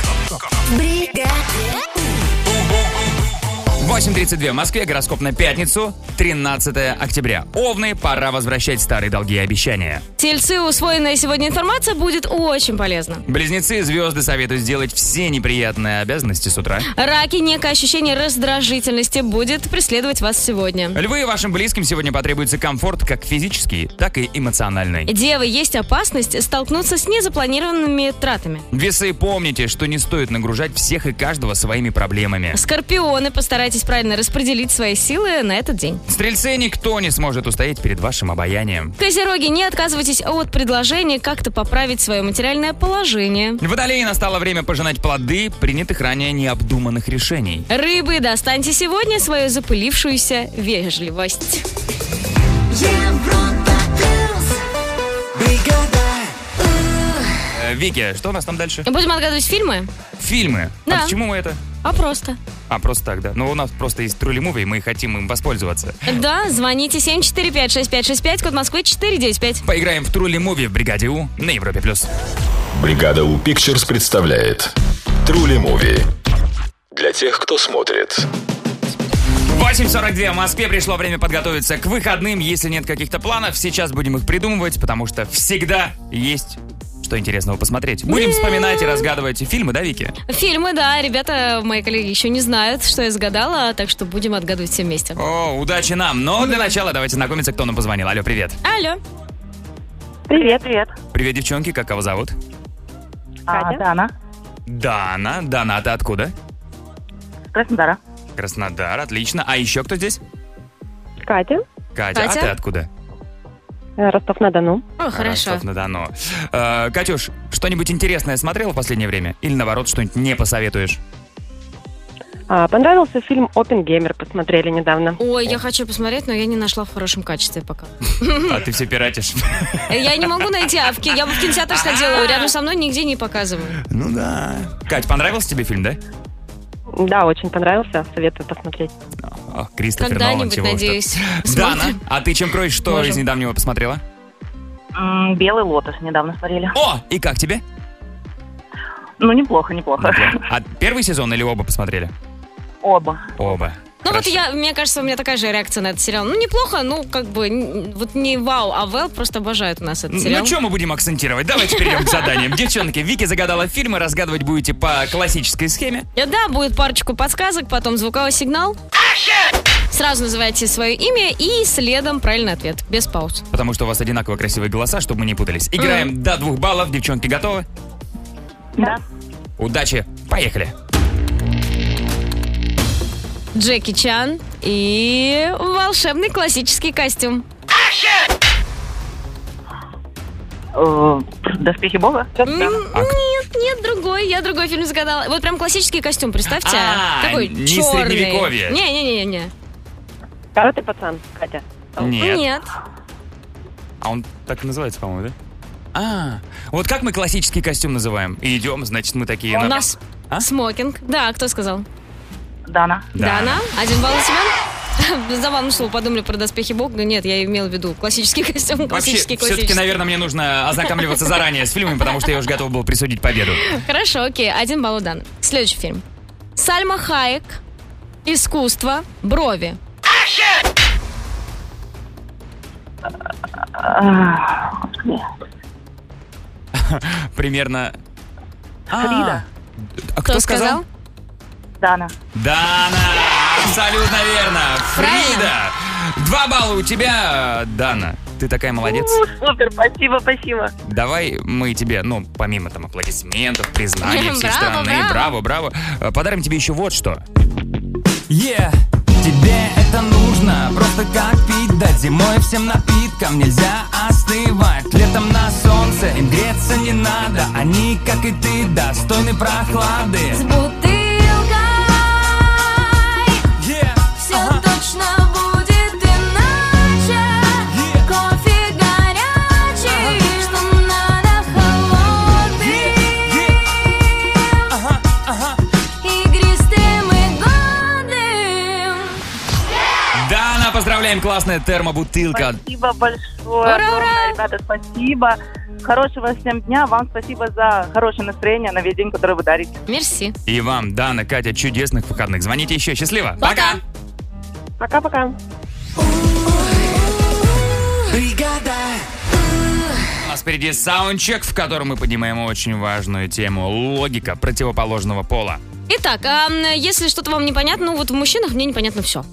8.32 в Москве, гороскоп на пятницу, 13 октября. Овны, пора возвращать старые долги и обещания.
Тельцы, усвоенная сегодня информация будет очень полезна.
Близнецы и звезды советуют сделать все неприятные обязанности с утра.
Раки, некое ощущение раздражительности будет преследовать вас сегодня.
Львы и вашим близким сегодня потребуется комфорт как физический, так и эмоциональный.
Девы, есть опасность столкнуться с незапланированными тратами.
Весы, помните, что не стоит нагружать всех и каждого своими проблемами.
Скорпионы, постарайтесь правильно распределить свои силы на этот день.
Стрельцы никто не сможет устоять перед вашим обаянием.
Козероги, не отказывайтесь от предложения как-то поправить свое материальное положение.
Водолеи настало время пожинать плоды принятых ранее необдуманных решений.
Рыбы, достаньте сегодня свою запылившуюся вежливость.
Э, Вики, что у нас там дальше?
Будем отгадывать фильмы?
Фильмы.
Да.
А почему мы это?
А просто.
А, просто так, да. Ну, у нас просто есть трули муви, и мы хотим им воспользоваться.
Да, звоните 745-6565, код Москвы 495.
Поиграем в трули муви в бригаде У на Европе плюс.
Бригада У Pictures представляет Трули Муви. Для тех, кто смотрит.
8.42 в Москве пришло время подготовиться к выходным. Если нет каких-то планов, сейчас будем их придумывать, потому что всегда есть что интересного посмотреть. Будем вспоминать и разгадывать фильмы, да, Вики?
Фильмы, да, ребята, мои коллеги еще не знают, что я загадала, так что будем отгадывать все вместе.
О, удачи нам! Но для начала давайте знакомиться, кто нам позвонил. Алло, привет.
Алло.
Привет, привет.
Привет, девчонки, как кого зовут?
А, Дана.
Дана. Дана, а ты откуда?
Краснодара.
Краснодар, отлично. А еще кто здесь?
Катя.
Катя,
Катя.
а ты откуда?
Ростов-на-Дону.
О, хорошо.
Ростов-на-Дону. Э, Катюш, что-нибудь интересное смотрела в последнее время? Или наоборот, что-нибудь не посоветуешь?
А, понравился фильм «Опенгеймер», посмотрели недавно.
Ой, я хочу посмотреть, но я не нашла в хорошем качестве пока.
А ты все пиратишь.
Я не могу найти, а в ки- я бы в кинотеатр сходила, рядом со мной нигде не показывают.
Ну да. Кать, понравился тебе фильм, да?
Да, очень понравился, советую посмотреть.
О, Кристофер Нолан,
Когда-нибудь,
чего уж тут.
надеюсь,
Дана, а ты чем кроешь, что из недавнего посмотрела?
М, Белый лотос недавно смотрели.
О! И как тебе?
Ну, неплохо, неплохо.
А первый сезон или оба посмотрели?
Оба.
Оба.
Ну вот я, мне кажется, у меня такая же реакция на этот сериал. Ну неплохо, ну как бы, н- вот не вау, а Вэл просто обожает у нас этот сериал.
Ну, что мы будем акцентировать? Давайте перейдем к заданиям. Девчонки, Вики загадала фильмы, разгадывать будете по классической схеме.
Э, Да, будет парочку подсказок, потом звуковой сигнал. Сразу называйте свое имя и следом правильный ответ, без пауз.
Потому что у вас одинаково красивые голоса, чтобы мы не путались. Играем до двух баллов. Девчонки готовы?
Да.
Удачи. Поехали.
Джеки Чан и волшебный классический костюм.
Э, Доспехи Бога?
Нет, нет, другой, я другой фильм загадала. Вот прям классический костюм, представьте.
А,
такой
не
черный.
средневековье.
Не-не-не-не.
Коротый пацан, Катя.
Нет.
Нет.
А он так и называется, по-моему, да? А, вот как мы классический костюм называем? И идем, значит, мы такие...
У
на-
нас
А?
смокинг. Да, кто сказал?
Дана.
Дана. Один балл у тебя? Забавно, что вы подумали про доспехи бога. Нет, я имела в виду классический костюм,
Вообще,
классический,
все-таки,
классический.
наверное, мне нужно ознакомливаться заранее с фильмами, потому что я уже готов был присудить победу.
Хорошо, окей, один балл у Даны. Следующий фильм. Сальма Хайек. Искусство. Брови.
Примерно... А,
Фрида.
А кто сказал?
Дана.
Дана! Абсолютно верно! Фрида! Два балла у тебя, Дана. Ты такая молодец.
Ну,
У, Супер, спасибо, спасибо.
Давай мы тебе, ну, помимо там аплодисментов, признаний всей
Браво,
страны,
браво.
браво, браво, э, подарим тебе еще вот что. Е, тебе
это нужно Просто как пить, да зимой всем напиткам нельзя остывать Летом на солнце им греться не надо Они, как и ты, достойны прохлады
С бутылкой Все точно будет иначе Кофе горячий Что надо
А.
холодный Игристым и годным
Дана, поздравляем, классная термобутылка.
Спасибо большое.
Ура,
огромное, Ребята, спасибо. Хорошего всем дня. Вам спасибо за хорошее настроение на весь день, который вы дарите.
Мерси.
И вам, Дана, Катя, чудесных выходных. Звоните еще. Счастливо.
Пока.
Пока-пока.
У нас впереди саундчек, в котором мы поднимаем очень важную тему. Логика противоположного пола.
Итак, а, м, если что-то вам непонятно, ну вот в мужчинах мне непонятно все.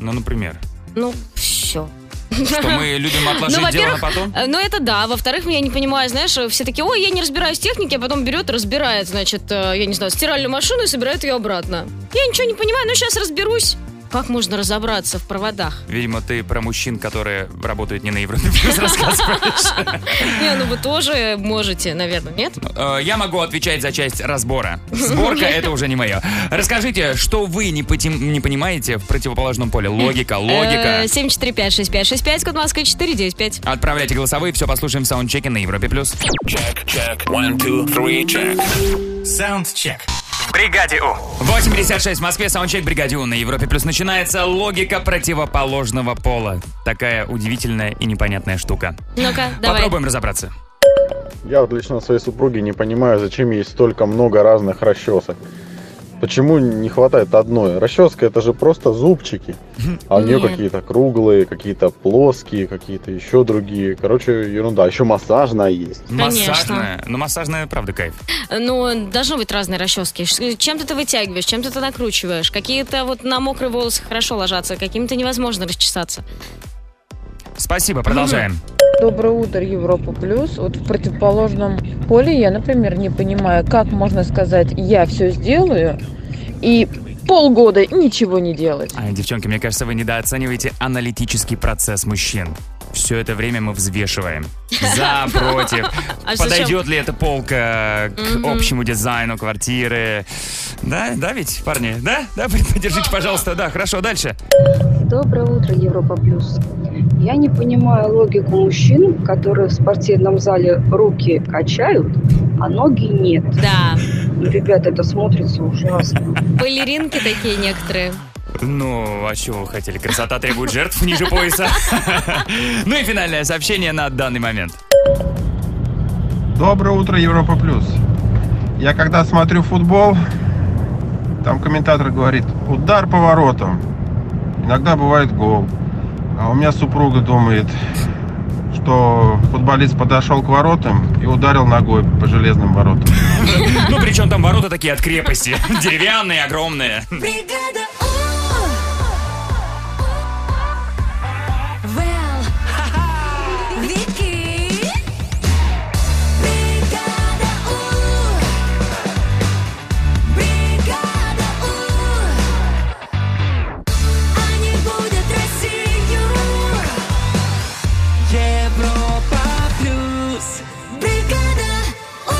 Ну, например,
Ну, все.
что мы любим отложить дело на потом.
э, Ну, это да. Во-вторых, я не понимаю, знаешь, э, все такие, ой, я не разбираюсь в технике, а потом берет, разбирает, значит, э, я не знаю, стиральную машину и собирает ее обратно. Я ничего не понимаю, но сейчас разберусь. Как можно разобраться в проводах?
Видимо, ты про мужчин, которые работают не на Европе плюс рассказываешь.
Не, ну вы тоже можете, наверное, нет?
Э, Я могу отвечать за часть разбора. Сборка — это уже не мое. Расскажите, что вы не потем- не понимаете в противоположном поле? Логика, логика.
Э, 745-6565, код Москвы 495.
Отправляйте голосовые, все послушаем в саундчеке на Европе+. плюс. Саундчек.
Бригаде У.
8.56 в Москве, саундчек «Бригаде У» на Европе Плюс. Начинается логика противоположного пола. Такая удивительная и непонятная штука.
Ну-ка, давай.
Попробуем разобраться.
Я вот лично своей супруги не понимаю, зачем ей столько много разных расчесок. Почему не хватает одной? Расческа это же просто зубчики. А у нее
Нет.
какие-то круглые, какие-то плоские, какие-то еще другие. Короче, ерунда. Еще массажная есть.
Конечно.
Массажная. Ну, массажная, правда, кайф.
Ну, должны быть разные расчески. Ш- э, Чем-то ты вытягиваешь, чем-то ты накручиваешь. Какие-то вот на мокрые волосы хорошо ложатся, каким-то невозможно расчесаться.
Спасибо, продолжаем.
Доброе утро, Европа Плюс. Вот в противоположном поле я, например, не понимаю, как можно сказать «я все сделаю» и полгода ничего не делать.
А, девчонки, мне кажется, вы недооцениваете аналитический процесс мужчин. Все это время мы взвешиваем. За, против.
А зачем?
Подойдет ли эта полка к
Мгм.
общему дизайну квартиры? Да, да ведь, парни? Да? Да,
Ну.
поддержите, пожалуйста. Да, хорошо, дальше.
Доброе утро, Европа Плюс. Я не понимаю логику мужчин, которые в спортивном зале руки качают, а ноги нет.
Да.
Ну, ребята, это смотрится ужасно.
Балеринки такие некоторые.
Ну, а чего вы хотели? Красота требует жертв ниже пояса. Ну и финальное сообщение на данный момент.
Доброе утро, Европа Плюс. Я когда смотрю футбол, там комментатор говорит, удар по воротам. Иногда бывает гол. А у меня супруга думает, что футболист подошел к воротам и ударил ногой по железным воротам.
Ну, причем там ворота такие от крепости. Деревянные, огромные.
Бригада uh! У. Вэл. Вики. Бригада uh! У. Бригада uh! У. Они будут Россию. Европа плюс. Бригада У.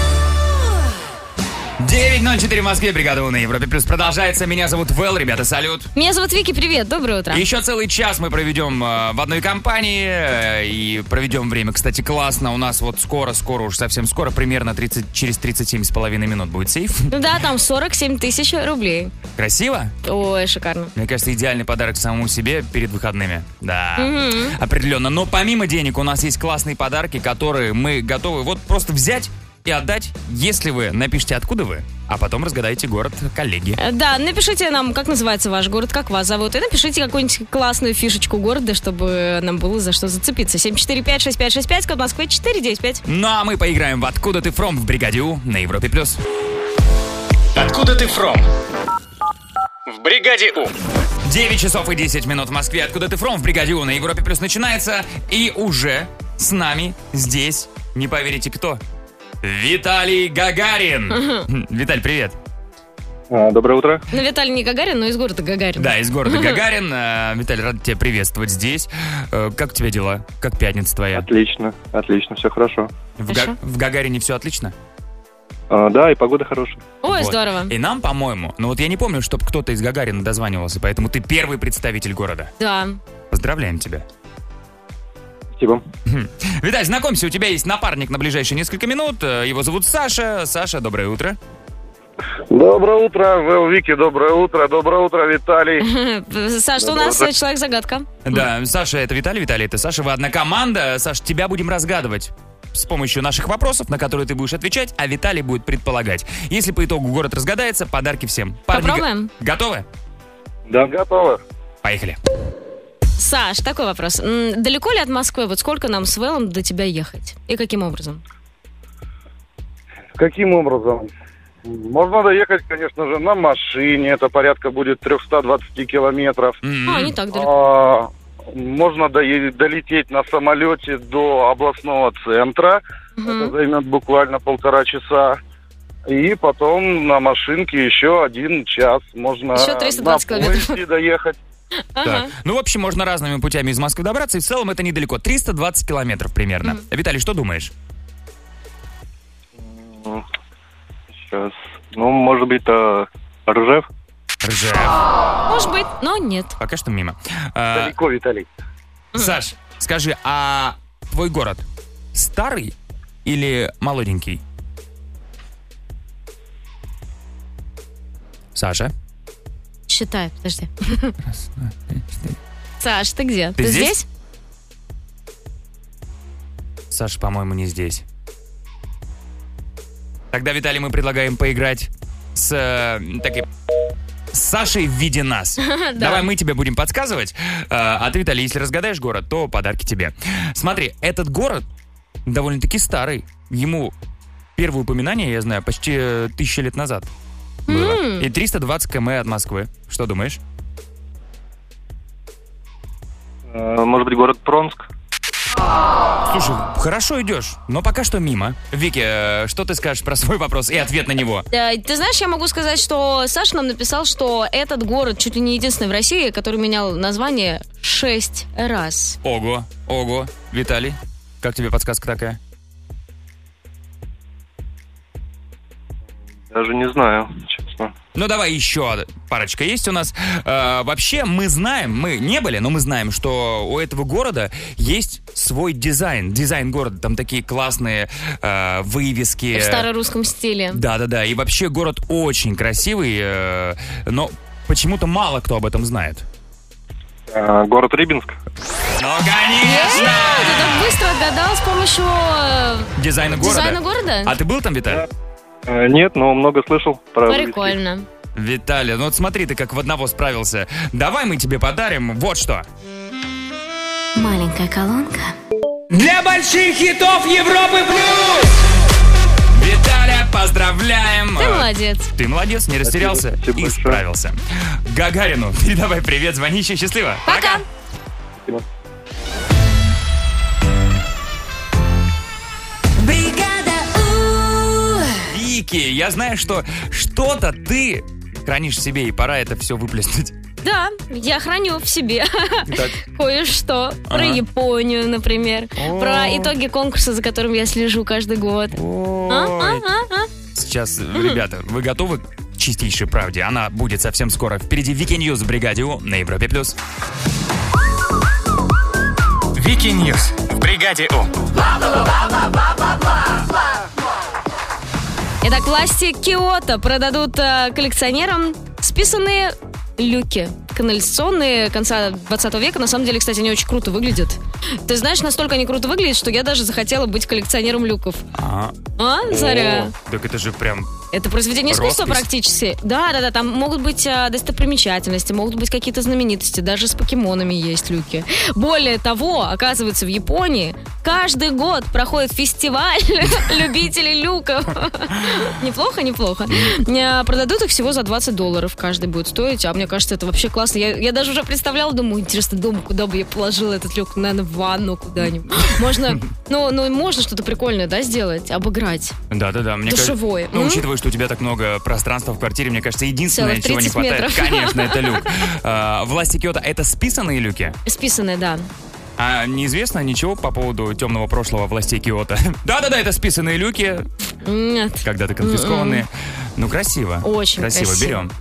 9.04 в Москве, бригада У на Европе Плюс продолжается. Меня зовут Вэл, ребята, салют.
Меня зовут Вики, привет, доброе утро.
И Еще целый час мы проведем э, в одной компании э, и проведем время, кстати, классно. У нас вот скоро, скоро, уж совсем скоро, примерно 30, через 37 с половиной минут будет сейф.
Ну да, там 47 тысяч рублей.
Красиво?
Ой, шикарно.
Мне кажется, идеальный подарок самому себе перед выходными. Да,
Мгм.
определенно. Но помимо денег у нас есть классные подарки, которые мы готовы вот просто взять и отдать, если вы напишите, откуда вы, а потом разгадайте город коллеги.
Э, Да, напишите нам, как называется ваш город, как вас зовут, и напишите какую-нибудь классную фишечку города, чтобы нам было за что зацепиться. 745-6565, код Москвы 495.
Ну а мы поиграем в «Откуда ты фром» в «Бригаде У» на Европе+. плюс.
Откуда ты фром? В бригаде У.
9 часов и 10 минут в Москве. Откуда ты фром? В бригаде У на Европе Плюс начинается. И уже с нами здесь, не поверите кто, Виталий Гагарин. Виталь, привет.
А, Доброе утро.
Ну, Виталий не Гагарин, но из города Гагарин.
Да, из города Гагарин. Э, Виталий, рад тебя приветствовать здесь. Э, Как у тебя дела? Как пятница твоя?
Отлично, отлично, все хорошо.
В, Га- в Гагарине все отлично?
А, да, и погода хорошая.
Ой,
Вот.
здорово.
И нам, по-моему, ну вот я не помню, чтобы кто-то из Гагарина дозванивался, поэтому ты первый представитель города.
Да.
Поздравляем тебя.
Спасибо.
Хм. Виталь, знакомься, у тебя есть напарник на ближайшие несколько минут. Э, Его зовут Саша. Саша, доброе утро.
Доброе утро, Вэл Вики, доброе утро, доброе утро, Виталий.
Саш, что у нас
Доброе утро.
человек-загадка.
Да, Саша, это Виталий, Виталий, это Саша. Вы одна команда. Саш, тебя будем разгадывать с помощью наших вопросов, на которые ты будешь отвечать, а Виталий будет предполагать. Если по итогу город разгадается, подарки всем. г-
Попробуем?
готовы?
Да. Готовы.
Поехали.
Саш, такой вопрос. М, Далеко ли от Москвы? Вот сколько нам с Вэлом до тебя ехать? И каким образом?
Каким образом? Можно доехать, конечно же, на машине, это порядка будет 320 километров.
А,
М-м-м.
не так
А,
далеко.
можно дое- долететь на самолете до областного центра, это займет буквально полтора часа. И потом на машинке еще один час можно
Еще 320
на
километров.
поезде доехать.
Так. Ну, в общем, можно разными путями из Москвы добраться, и в целом это недалеко. 320 километров примерно. Виталий, что думаешь?
Сейчас. Ну, может быть, э, Ржев?
Ржев.
Может быть, но нет.
Пока что мимо. А,
Далеко, Виталий.
Саш, скажи, а твой город старый или молоденький? Саша,
Считай, подожди. Саш, ты где?
Ты здесь? Саша, по-моему, не здесь. Тогда, Виталий, мы предлагаем поиграть с э, такой... с Сашей в виде нас.
Да.
Давай мы тебе будем подсказывать. э, А ты, Виталий, если разгадаешь город, то подарки тебе. Смотри, этот город довольно-таки старый. Ему первое упоминание, я знаю, почти э, тысяча лет назад. было.
М.
И 320 км от Москвы. Что думаешь?
Э, Может быть, город Пронск?
Слушай, хорошо идешь, но пока что мимо. Вики, э, что ты скажешь про свой вопрос и ответ на него?
Э, Ты знаешь, я могу сказать, что Саша нам написал, что этот город чуть ли не единственный в России, который менял название шесть раз.
Ого, ого. Виталий, как тебе подсказка такая?
Даже не знаю, честно.
Ну давай еще од- парочка есть у нас. Э, вообще мы знаем, мы не были, но мы знаем, что у этого города есть свой дизайн, дизайн города. Там такие классные э, вывески.
В старорусском стиле.
Да, да, да. И вообще город очень красивый, э, но почему-то мало кто об этом знает.
Э,
город Рыбинск.
Ну конечно!
Ты так быстро отгадал с помощью э,
Дизайна города.
дизайна города?
А ты был там, Виталий?
Э,
Нет, но много слышал про
Прикольно.
Виталий, ну вот смотри, ты как в одного справился. Давай мы тебе подарим вот что.
Маленькая колонка.
Для больших хитов Европы плюс! Виталя, поздравляем!
Ты молодец.
Ты молодец, не растерялся и справился. Гагарину, передавай привет, звонище, счастливо.
Пока.
Бригада У.
Вики, я знаю, что что-то ты хранишь в себе, и пора это все выплеснуть.
Да, я храню в себе
Так.
кое-что. Про
Ага.
Японию, например.
О.
Про итоги конкурса, за которым я слежу каждый год. А, а,
Ой.
а, а.
Сейчас, э, ребята, вы готовы к чистейшей правде? Она будет совсем скоро. Впереди Вики Ньюс в Бригаде У на Европе+. плюс.
Вики Ньюс в бригаде У.
Итак, власти Киото продадут э, коллекционерам списанные люки канализационные конца 20 века. На самом деле, кстати, они очень круто выглядят. Ты знаешь, настолько они круто выглядят, что я даже захотела быть коллекционером люков.
А,
А, Заря?
О, так это же прям...
Это произведение искусства
Роспись.
практически. Да, да, да, там могут быть а, достопримечательности, могут быть какие-то знаменитости, даже с покемонами есть люки. Более того, оказывается, в Японии каждый год проходит фестиваль любителей люков. Неплохо, неплохо. А, Продадут их всего за 20 долларов каждый будет стоить, а мне кажется, это вообще классно. Я, я даже уже представляла, думаю, интересно, дома, куда бы я положила этот люк, наверное, в ванну куда-нибудь. Можно, ну, ну, можно что-то прикольное, да, сделать, обыграть.
Да-да-да. мне кажется-
Душевое.
Ну,
М?
учитывая, что у тебя так много пространства в квартире, мне кажется, единственное,
Целых
чего не
30
хватает,
метров.
конечно, это люк. А, Власти Киота, это списанные люки?
Списанное, да.
А неизвестно ничего по поводу темного прошлого властей Киота? Да-да-да, это списанные люки,
Нет.
когда-то конфискованные. Ну, красиво.
М-м. Очень красиво.
Красиво, берем.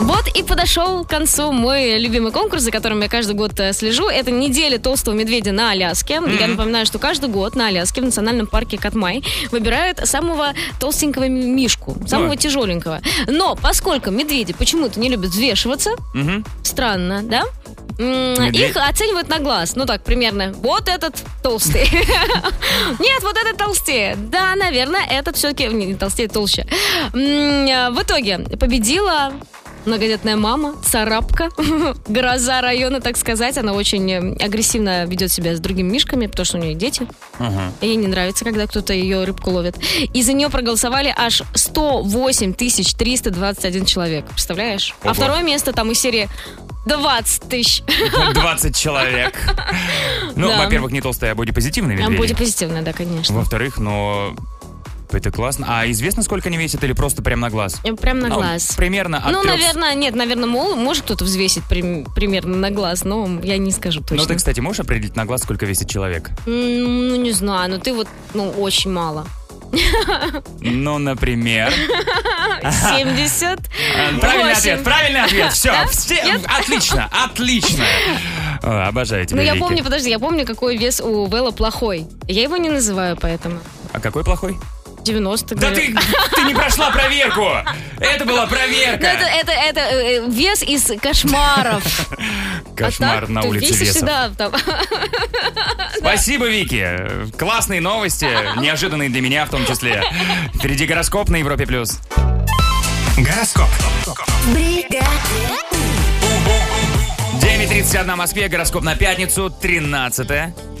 Вот и подошел к концу мой любимый конкурс, за которым я каждый год э, слежу. Это неделя толстого медведя на Аляске. Я напоминаю, что каждый год на Аляске в национальном парке Катмай выбирают самого толстенького м- мишку, самого
Да.
тяжеленького. Но поскольку медведи почему-то не любят взвешиваться, странно, да? М,
Медведь-
Их оценивают на глаз. Ну так, примерно. Вот этот толстый. Нет, вот этот толстее. Да, наверное, этот все-таки не толстее, толще. М, а, В итоге победила многодетная мама, царапка, гроза района, так сказать. Она очень э, агрессивно ведет себя с другими мишками, потому что у нее дети. И Ей не нравится, когда кто-то ее рыбку ловит. И за нее проголосовали аж 108 321 человек. Представляешь? А
Ого.
второе место там из серии 20 тысяч.
20 человек. Ну,
Да.
во-первых, не толстая, а бодипозитивный медведь.
Будет позитивно, да, конечно.
Во-вторых, но это классно. А известно, сколько они весят или просто прям на глаз?
Э, Прям на
Ну,
глаз.
примерно от
Ну,
трёх-
наверное, нет, наверное, мол, может кто-то взвесить прим- примерно на глаз, но я не скажу точно.
Ну, ты, кстати, можешь определить на глаз, сколько весит человек?
М, Ну, не знаю, но ты вот, ну, очень мало.
Ну, например...
70.
Э, Правильный
Восемь.
ответ, правильный ответ. Все,
Да?
все,
Нет?
отлично, отлично. О, Обожаю тебя,
Ну, я
Вики.
помню, подожди, я помню, какой вес у Вела плохой. Я его не называю, поэтому.
А какой плохой?
90,
Да ты, ты не прошла проверку! Это была
Ну, это,
проверка!
это, это э, вес из кошмаров. А
Кошмар
так
на
ты
улице
весишь
весов.
всегда там.
Спасибо, Вики. Классные новости, неожиданные для меня в том числе. Впереди гороскоп на Европе+. плюс. Гороскоп.
Бригада.
9.31 в Москве, гороскоп на пятницу, 13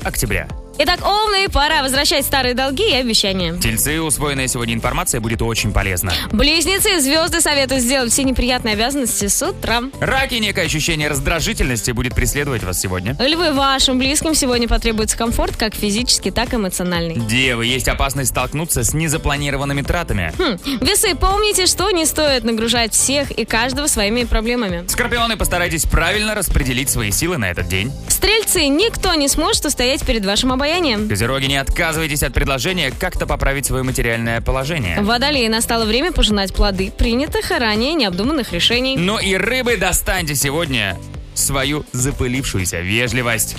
октября.
Итак, умные, пора возвращать старые долги и обещания.
Тельцы, усвоенная сегодня информация будет очень полезна.
Близнецы и звезды советуют сделать все неприятные обязанности с утра.
Раки некое ощущение раздражительности будет преследовать вас сегодня.
Львы вашим близким сегодня потребуется комфорт, как физический, так и эмоциональный.
Девы, есть опасность столкнуться с незапланированными тратами.
Хм, Весы, помните, что не стоит нагружать всех и каждого своими проблемами.
Скорпионы, постарайтесь правильно распределить свои силы на этот день.
Стрельцы, никто не сможет устоять перед вашим обаянием.
Козероги, не отказывайтесь от предложения как-то поправить свое материальное положение.
Водолеи, настало время пожинать плоды принятых и ранее необдуманных решений.
Ну и рыбы, достаньте сегодня свою запылившуюся вежливость.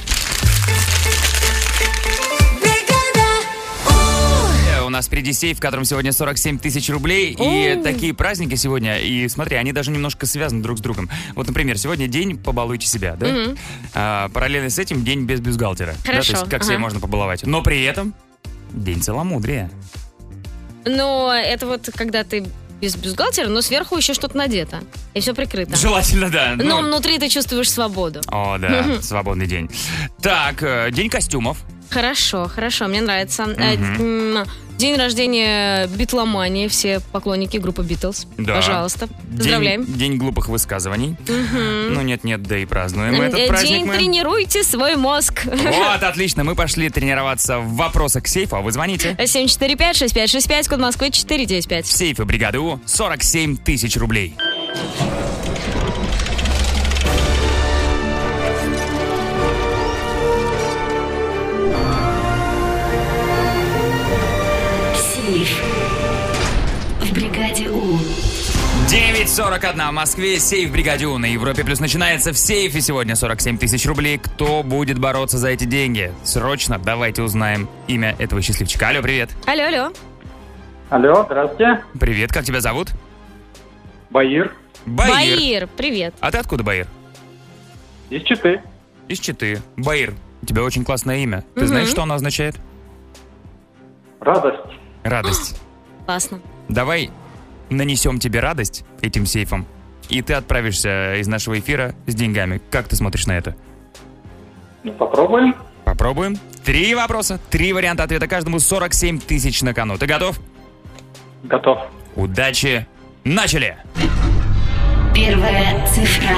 uh!
Э, У нас впереди сейф, в котором сегодня 47 тысяч рублей. И
Оу.
такие праздники сегодня. И смотри, они даже немножко связаны друг с другом. Вот, например, сегодня день «Побалуйте себя», да?
Мгм.
А, параллельно с этим день без бюстгальтера. Да,
Хорошо,
то есть как
ага.
себя можно побаловать. Но при этом день целомудрия.
Но это вот когда ты без бюстгальтера, но сверху еще что-то надето. И все прикрыто.
Желательно, да.
Но
Ну,
внутри ты чувствуешь свободу.
О, да,
Мгм.
свободный день. Так, э, день костюмов.
Хорошо, хорошо, мне нравится. Э,
Мгм.
м, День рождения битломании, все поклонники группы Битлз.
Да.
Пожалуйста,
День-
поздравляем.
День, глупых высказываний.
Мгм.
Ну нет-нет, да и празднуем
Э,
этот праздник
День
мы.
тренируйте свой мозг.
Вот, отлично, мы пошли тренироваться в вопросах к сейфу, а вы звоните.
745-6565, код Москвы 495.
Сейфы бригады У 47 тысяч рублей.
Сейф. В бригаде У.
9.41 в Москве, сейф бригаде У на Европе Плюс начинается в сейфе сегодня 47 тысяч рублей. Кто будет бороться за эти деньги? Срочно давайте узнаем имя этого счастливчика. Алло, привет.
Алло, алло.
Алло, здравствуйте.
Привет, как тебя зовут?
Баир.
Баир.
Баир, привет.
А ты откуда, Баир?
Из Читы.
Из Читы. Баир, у тебя очень классное имя. Ты
Мгм.
знаешь, что оно означает?
Радость.
Радость.
Классно.
Давай нанесем тебе радость этим сейфом, и ты отправишься из нашего эфира с деньгами. Как ты смотришь на это?
Ну, попробуем.
Попробуем. Три вопроса, три варианта ответа каждому, 47 тысяч на кону. Ты готов?
Готов.
Удачи. Начали!
Первая цифра.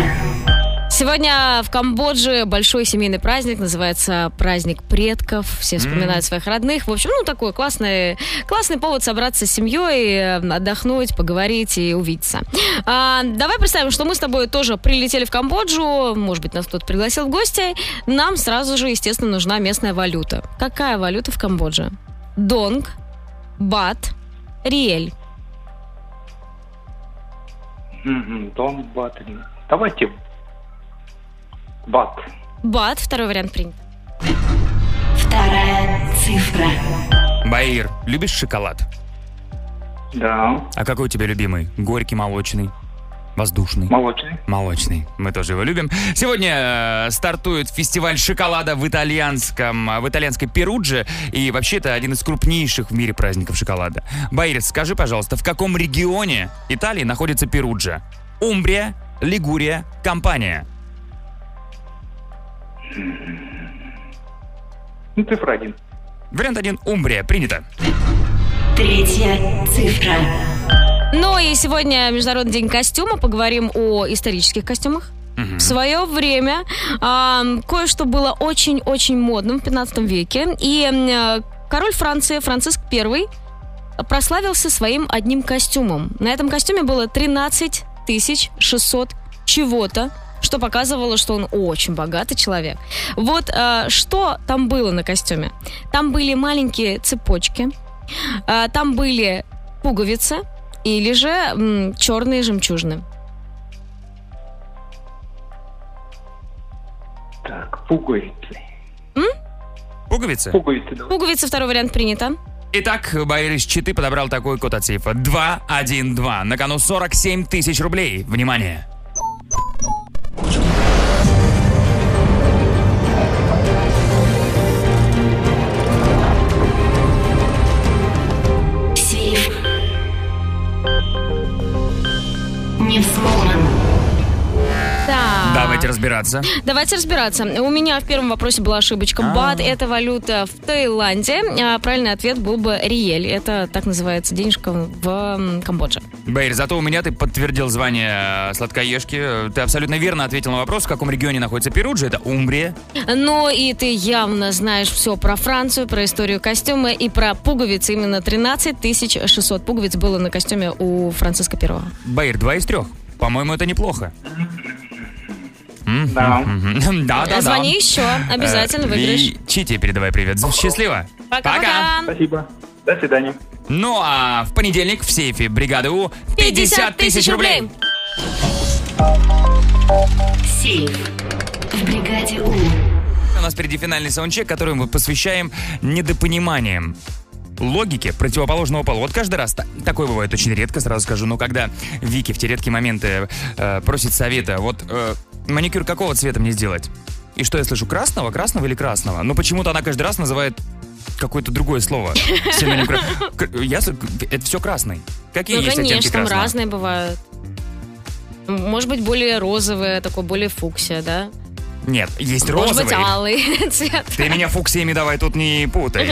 Сегодня в Камбодже большой семейный праздник, называется праздник предков. Все вспоминают своих родных. В общем, ну такой классный, классный повод собраться с семьей, э, отдохнуть, поговорить и увидеться. А, давай представим, что мы с тобой тоже прилетели в Камбоджу, может быть, нас кто-то пригласил в гости. Нам сразу же, естественно, нужна местная валюта. Какая валюта в Камбодже? Донг, бат, риэль.
Мгм, Дом бат. Давайте. Бат.
Бат, второй вариант принят.
Вторая цифра.
Баир, любишь шоколад?
Да.
А какой у тебя любимый? Горький, молочный? Воздушный.
Молочный.
Молочный. Мы тоже его любим. Сегодня э, стартует фестиваль шоколада в итальянском, э, в итальянской Перудже. И вообще это один из крупнейших в мире праздников шоколада. Байрец, скажи, пожалуйста, в каком регионе Италии находится Перуджа? Умбрия, Лигурия, Компания.
Ну, цифра один.
Вариант один. Умбрия. Принято.
Третья цифра.
Ну и сегодня Международный день костюма. Поговорим о исторических костюмах. В свое время а, кое-что было очень-очень модным в 15 веке. И м, э, король Франции, Франциск I, прославился своим одним костюмом. На этом костюме было 13 600 чего-то, что показывало, что он очень богатый человек. Вот э, что там было на костюме? Там были маленькие цепочки, э, там были пуговицы или же м, черные жемчужины.
Так, пуговицы.
Пуговицы?
Пуговицы, да.
Пуговицы, второй вариант принято.
Итак, Байер из Читы подобрал такой код от сейфа. 212. На кону 47 тысяч рублей. Внимание.
Сейф. Не взломан.
Так.
Давай
А.
Давайте разбираться.
Давайте разбираться. У меня в первом вопросе была ошибочка.
А.
Бат – это валюта в Таиланде. А правильный ответ был бы риель. Это так называется денежка в м, Камбодже.
Бэйр, зато у меня ты подтвердил звание э, сладкоежки. Ты абсолютно верно ответил на вопрос, в каком регионе находится Перуджи. Это Умбрия.
Ну и ты явно знаешь все про Францию, про историю костюма и про пуговицы. Именно 13 600 пуговиц было на костюме у Франциска Первого.
Бэйр, два из трех. По-моему, это неплохо. М,
Да.
м, м. Да, да, да.
Звони еще, обязательно
Э,
выиграешь.
Ви- Чите передавай привет. Счастливо.
Пока-пока. Ну,
Спасибо. До свидания.
Ну а в понедельник в сейфе бригады У 50 тысяч рублей.
Сейф в бригаде У.
У нас впереди финальный саундчек, который мы посвящаем недопониманиям логике противоположного пола. Вот каждый раз та- такое бывает очень редко, сразу скажу. Но когда Вики в те редкие моменты э, просит совета, вот э, маникюр какого цвета мне сделать? И что я слышу, красного, красного или красного? Но почему-то она каждый раз называет какое-то другое слово. Синоним кра- кр- Я, с- это все красный. Какие
ну,
есть оттенки
конечно, там
красного?
разные бывают. М, Может быть, более розовые, такой более фуксия, да?
Нет, есть
Может быть,
розовый.
алый цвет.
Ты меня фуксиями давай тут не путай.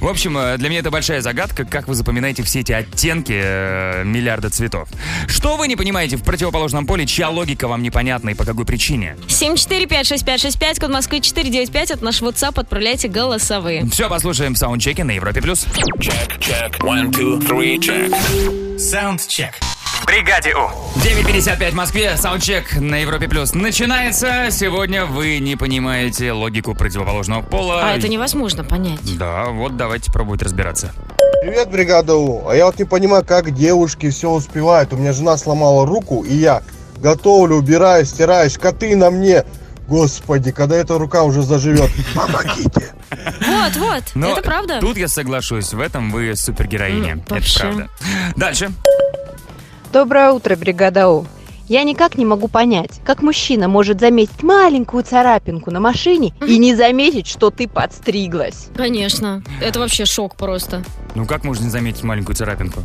В общем, э, для меня это большая загадка, как вы запоминаете все эти оттенки э, миллиарда цветов. Что вы не понимаете в противоположном поле, чья логика вам непонятна и по какой причине?
7456565, код Москвы 495, от нашего WhatsApp отправляйте голосовые.
Все послушаем в саундчеке на Европе+. плюс.
Саундчек. В бригаде У.
9.55 в Москве, саундчек на Европе+. плюс Начинается. Сегодня вы не понимаете логику противоположного пола.
А это невозможно понять.
Да, вот давайте пробовать разбираться.
Привет, бригада У. А я вот не понимаю, как девушки все успевают. У меня жена сломала руку, и я готовлю, убираю, стираю, коты на мне. Господи, когда эта рука уже заживет.
Вот, вот,
Но
это правда.
Тут я соглашусь, в этом вы супергероиня. это
вообще.
правда. Дальше.
Доброе утро, бригада У. Я никак не могу понять, как мужчина может заметить маленькую царапинку на машине и не заметить, что ты подстриглась.
Конечно, это вообще шок просто.
Ну как можно не заметить маленькую царапинку?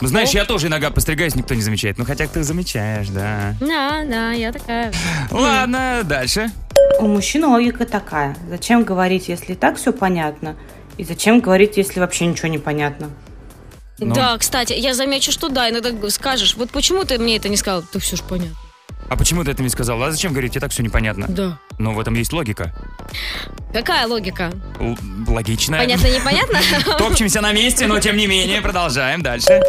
Ну, знаешь, я тоже иногда постригаюсь, никто не замечает. Ну, хотя ты замечаешь, да.
Да, да, я такая.
Ладно, дальше.
У мужчин логика такая. Зачем говорить, если и так все понятно? И зачем говорить, если вообще ничего не понятно? Ну.
Да, кстати, я замечу, что да, иногда г- скажешь, вот почему ты мне это не сказал? Ты все ж понятно.
А почему ты это не сказал? А зачем говорить? И так все непонятно.
Да.
Но в этом есть логика.
Какая логика?
Л- логичная.
Понятно, непонятно?
Топчемся на месте, но тем не менее продолжаем дальше.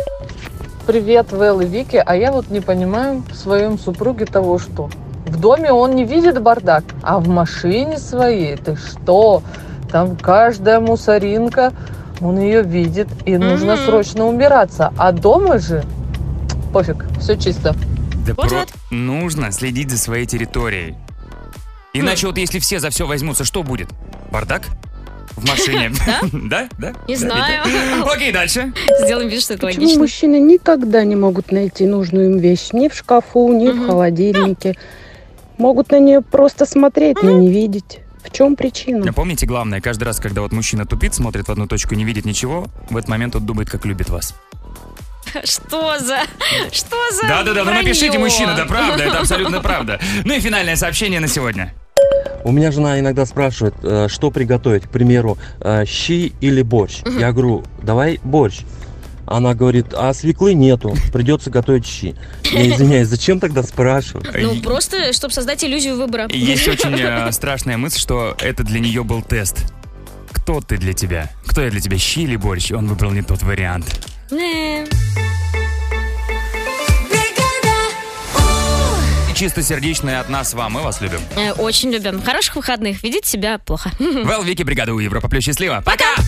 Привет, Вэл и Вики. А я вот не понимаю в своем супруге того, что в доме он не видит бардак, а в машине своей ты что? Там каждая мусоринка, он ее видит, и нужно срочно убираться. А дома же пофиг, все чисто.
Да
Вот
про-
вот.
Нужно следить за своей территорией.
Хм.
Иначе вот если все за все возьмутся, что будет? Бардак? В машине.
Да?
Да? Да?
Не
Да,
знаю.
да. Окей, дальше.
Сделаем вид, что это
Почему
логично.
мужчины никогда не могут найти нужную им вещь ни в шкафу, ни в холодильнике? Могут на нее просто смотреть, но не видеть. В чем причина?
А Помните главное, каждый раз, когда вот мужчина тупит, смотрит в одну точку и не видит ничего, в этот момент он думает, как любит вас.
Что за... Что за...
Да-да-да, ну
вранье?
напишите, мужчина, да правда, это абсолютно правда. Ну и финальное сообщение на сегодня.
У меня жена иногда спрашивает, э, что приготовить, к примеру, э, щи или борщ.
Мгм.
Я говорю, давай борщ. Она говорит, а свеклы нету, придется готовить щи. Я извиняюсь, зачем тогда спрашивать?
Ну, просто, чтобы создать иллюзию выбора.
И Есть очень э, страшная мысль, что это для нее был тест. Кто ты для тебя? Кто я для тебя, щи или борщ? Он выбрал не тот вариант.
Не.
И чисто сердечное от нас вам, мы вас любим.
Э, Очень любим. Хороших выходных. Ведите себя плохо.
Вел Вики, бригаду Европа Плюс, счастливо. Пока!